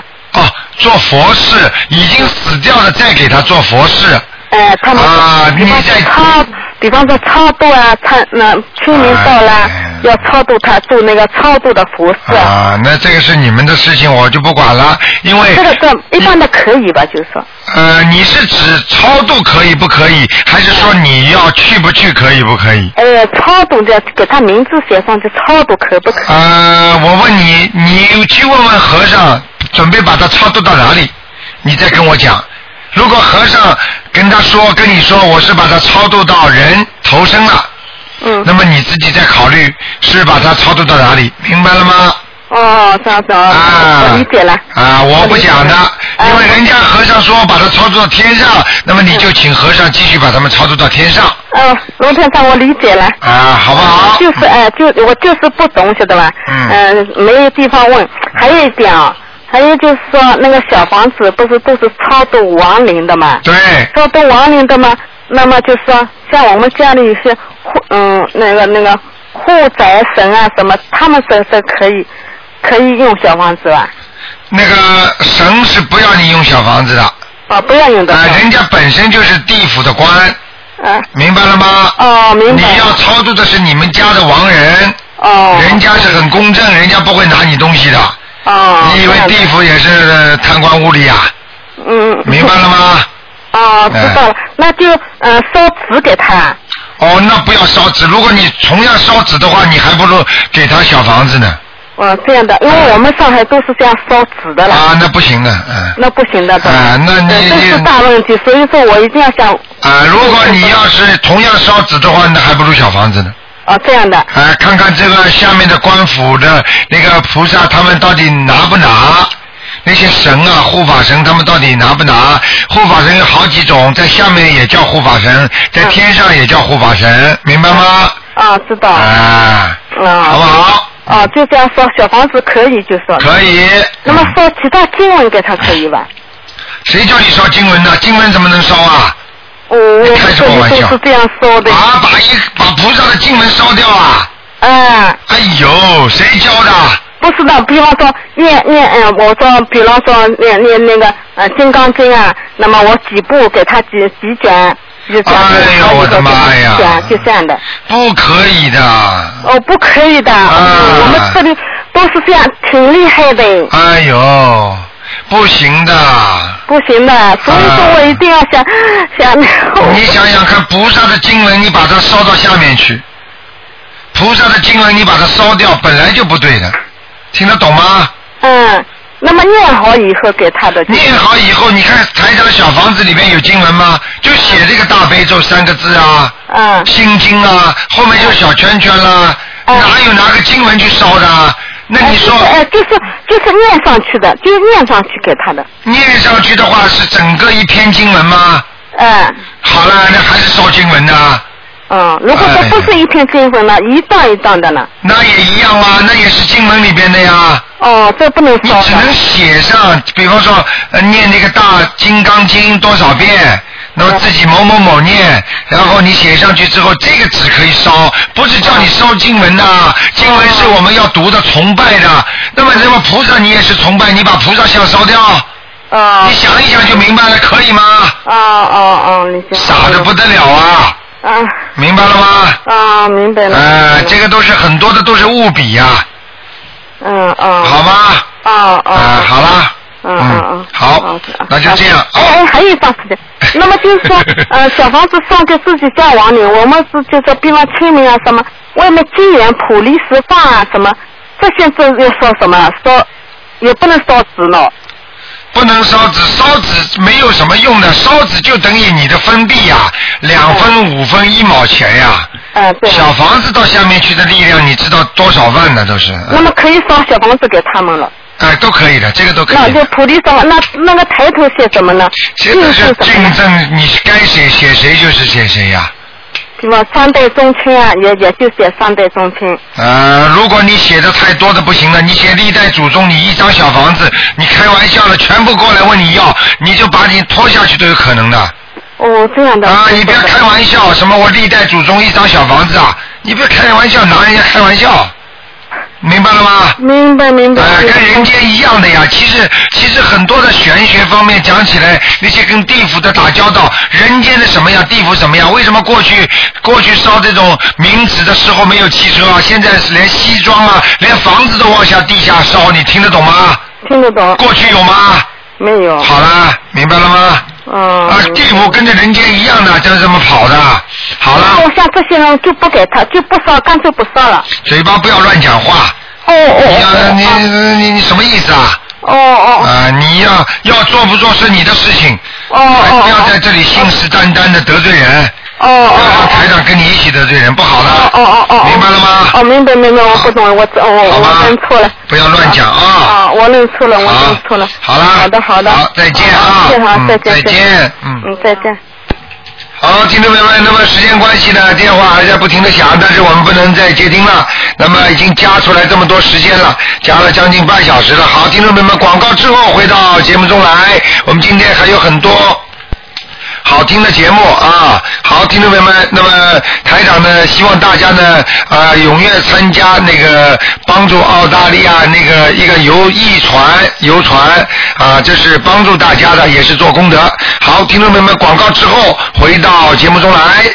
B: 做佛事已经死掉了，再给他做佛事。
N: 哎、他们啊，比方说超，比方说超度啊，参那清明到了，要超度他做那个超度的佛事啊，
B: 啊，那这个是你们的事情，我就不管了，因为
N: 这个这一般的可以吧，就是说，
B: 呃，你是指超度可以不可以，还是说你要去不去可以不可以？
N: 呃，超度的给他名字写上去，超度可不可以？
B: 呃，我问你，你去问问和尚，准备把他超度到哪里？你再跟我讲。如果和尚跟他说，跟你说我是把他超度到人投生了，
N: 嗯，
B: 那么你自己再考虑是把他超度到哪里，明白了吗？
N: 哦，这样子啊，我理解了。
B: 啊，我不讲的，因为人家和尚说把他超度到天上，那么你就请和尚继续把他们超度到天上。
N: 嗯，龙太上我理解了。
B: 啊，好不
N: 好？就是哎、就我就是不懂，晓得吧？
B: 嗯
N: 嗯、没有地方问。还有一点啊，还有就是说那个小房子不是都是超度亡灵的嘛？
B: 对。
N: 超度亡灵的嘛，那么就是说像我们家里有些护嗯那个那个护宅神啊什么，他们神神可以可以用小房子啊吧？
B: 那个神是不要你用小房子的。
N: 啊，不要用的。
B: 啊，人家本身就是地府的官。
N: 啊。
B: 明白了吗？
N: 哦，明
B: 白。你要超度的是你们家的亡人。
N: 哦。
B: 人家是很公正，人家不会拿你东西的。
N: 哦。
B: 你以为地府也是呃贪官污吏啊？
N: 嗯。
B: 明白了吗？
N: *laughs*
B: 哎
N: 哦，知道了，那就嗯、呃烧纸给他。
B: 哦，那不要烧纸。如果你同样烧纸的话，你还不如给他小房子呢。
N: 嗯，这样的，因为我们上海都是这样烧纸的啦。
B: 啊，那不行的，嗯。
N: 那不行的，对吧
B: 啊那你
N: 对这是大问题，所以说我一定要想
B: 啊，如果你要是同样烧纸的话，那还不如小房子呢。
N: 啊，这样的。
B: 啊，看看这个下面的官府的那个菩萨，他们到底拿不拿？那些神啊，护法神，他们到底拿不拿？护法神有好几种，在下面也叫护法神，在天上也叫护法神，明白吗？
N: 啊，知道。
B: 啊，
N: 啊，好不
B: 好？
N: 啊，就这样烧小房子可以，就说。
B: 可以。
N: 那么烧其他经文给他可以吧？
B: 谁叫你烧经文的？经文怎么能烧啊？
N: 我我
B: 开什么
N: 们
B: 玩
N: 都
B: 笑
N: 是这样烧的。
B: 啊，把一把菩萨的经文烧掉啊！
N: 嗯。
B: 哎呦，谁教的？
N: 不是的，比方说念念，嗯、我说，比方说念念那个呃《金刚经》啊，那么我几部给他几几卷，就这样子，哎呦我的妈呀！卷就这样的。
B: 不可以的。啊
N: 哦，不
B: 哎
N: 可以的，我们这里都是这样，挺厉害的。
B: 哎呦，不行的。
N: 不行的，所以说我一定要想、 *gasps* 想。
B: 啊你想想看，菩萨的经文你把它烧到下面去，菩萨的经文你把它烧掉，本来就不对的，听得懂吗？
N: 嗯，那么念好以后给他的。
B: 念好以后，你看台上的小房子里面有经文吗？就写这个大悲咒三个字啊，
N: 嗯，
B: 心经啊，后面就是小圈圈啦，哪有拿个经文去烧的啊？那你说，
N: 哎，就是就是念上去的，就是念上去给他的。
B: 念上去的话是整个一篇经文吗？
N: 嗯。
B: 好了，那还是烧经文的啊。
N: 嗯，如果
B: 哎
N: 说不是一篇经文了，一段一段的呢。
B: 那也一样啊，那也是经文里边的呀。
N: 哦，这不能
B: 你只能写上，比方说、呃、念那个大金刚经多少遍，
N: 嗯
B: 那么自己某某某念，然后你写上去之后，这个纸可以烧，不是
N: 嗯
B: 叫你烧经文的，经文是我们要读的、崇拜
N: 嗯
B: 的。那么，那么菩萨你也是崇拜，你把菩萨像烧掉。
N: 啊、
B: 你想一想就明白了，可以吗？
N: 哦哦哦，你行。
B: 傻的不得了啊！
N: 嗯。
B: 明白了吗？
N: 啊，明白了。
B: 呃，这个都是很多的都是误笔呀、
N: 嗯哦。
B: 好吗？
N: 哦哦。
B: 啊、好啦，
N: 嗯嗯嗯。
B: 啊好，那就这样。
N: 哎哎，还有一段
B: *laughs*
N: 时间。那么就是说，呃，小房子送给自己家亡灵，我们是就说，比方清明啊什么，外面金元普利石化啊什么，这些都要说什么？说也不能烧纸呢。
B: 不能烧纸，烧纸没有什么用的，烧纸就等于你的分币呀、两分、五分、一毛钱呀、
N: 嗯，对。
B: 小房子到下面去的力量，你知道多少万呢？都是，
N: 那么可以烧小房子给他们了。
B: 哎，都可以的，这个都可
N: 那
B: 以。
N: 就菩提什么？那那个抬头写什么呢？
B: 这
N: 是
B: 个是
N: 什么
B: 竞
N: 呢？
B: 争，你该写写谁就是写谁呀、
N: 比方三代宗亲啊，也也就写三代宗亲。
B: 呃，如果你写的太多的不行了，你写历代祖宗，你一张小房子，你开玩笑了，全部过来问你要，你就把你拖下去都有可能的。
N: 哦，这样的。
B: 啊，你不要开玩笑，什么我历代祖宗一张小房子啊，你不要开玩笑，拿人家开玩笑，明白了吗？
N: 明白明白。
B: 呃，跟人间一样的呀。其实其实很多的玄学方面讲起来，那些跟地府的打交道，人间的什么样，地府什么样？为什么过去过去烧这种冥纸的时候没有汽车啊？现在是连西装啊，连房子都往下地下烧，你听得懂吗？
N: 听得懂。
B: 过去有吗？
N: 没有。
B: 好啦，明白了吗？
N: 嗯。
B: 啊，地府跟着人间一样的，就是这么跑的。好了。
N: 我像这些人就不给他，就不烧，干脆不烧
B: *laughs*
N: 了。
B: 嘴巴不要乱讲话。
N: 哦
B: 哦你要你你你什么意思啊？
N: 哦哦。
B: 啊，你要要做不做是你的事情。哎
N: 哦哦。
B: 不要在这里信誓旦旦的得罪人。
N: 哦哦。
B: 要让台长跟你一起得罪人，不好的。
N: 哦哦哦。明白
B: 了吗？
N: 哦，明白明白，我不懂，我我我我认错了。
B: 不要乱讲啊！
N: 啊，我认错了，我认错了。
B: 好啦。
N: 好的好的。好，
B: 再见啊！
N: 谢谢啊
B: 嗯，
N: 再见。
B: 再见。嗯。
N: 嗯，再见。
B: 好，听众朋友们，那么时间关系呢，电话还在不停的响，但是我们不能再接听了。那么已经加出来这么多时间了，加了将近半小时了。好，听众朋友们，广告之后回到节目中来，我们今天还有很多。好听的节目啊，好，听众朋友们，那么台长呢，希望大家呢，呃，踊跃参加那个帮助澳大利亚那个一个游艺船游船啊，这是帮助大家的，也是做功德。好，听众朋友们，广告之后回到节目中来。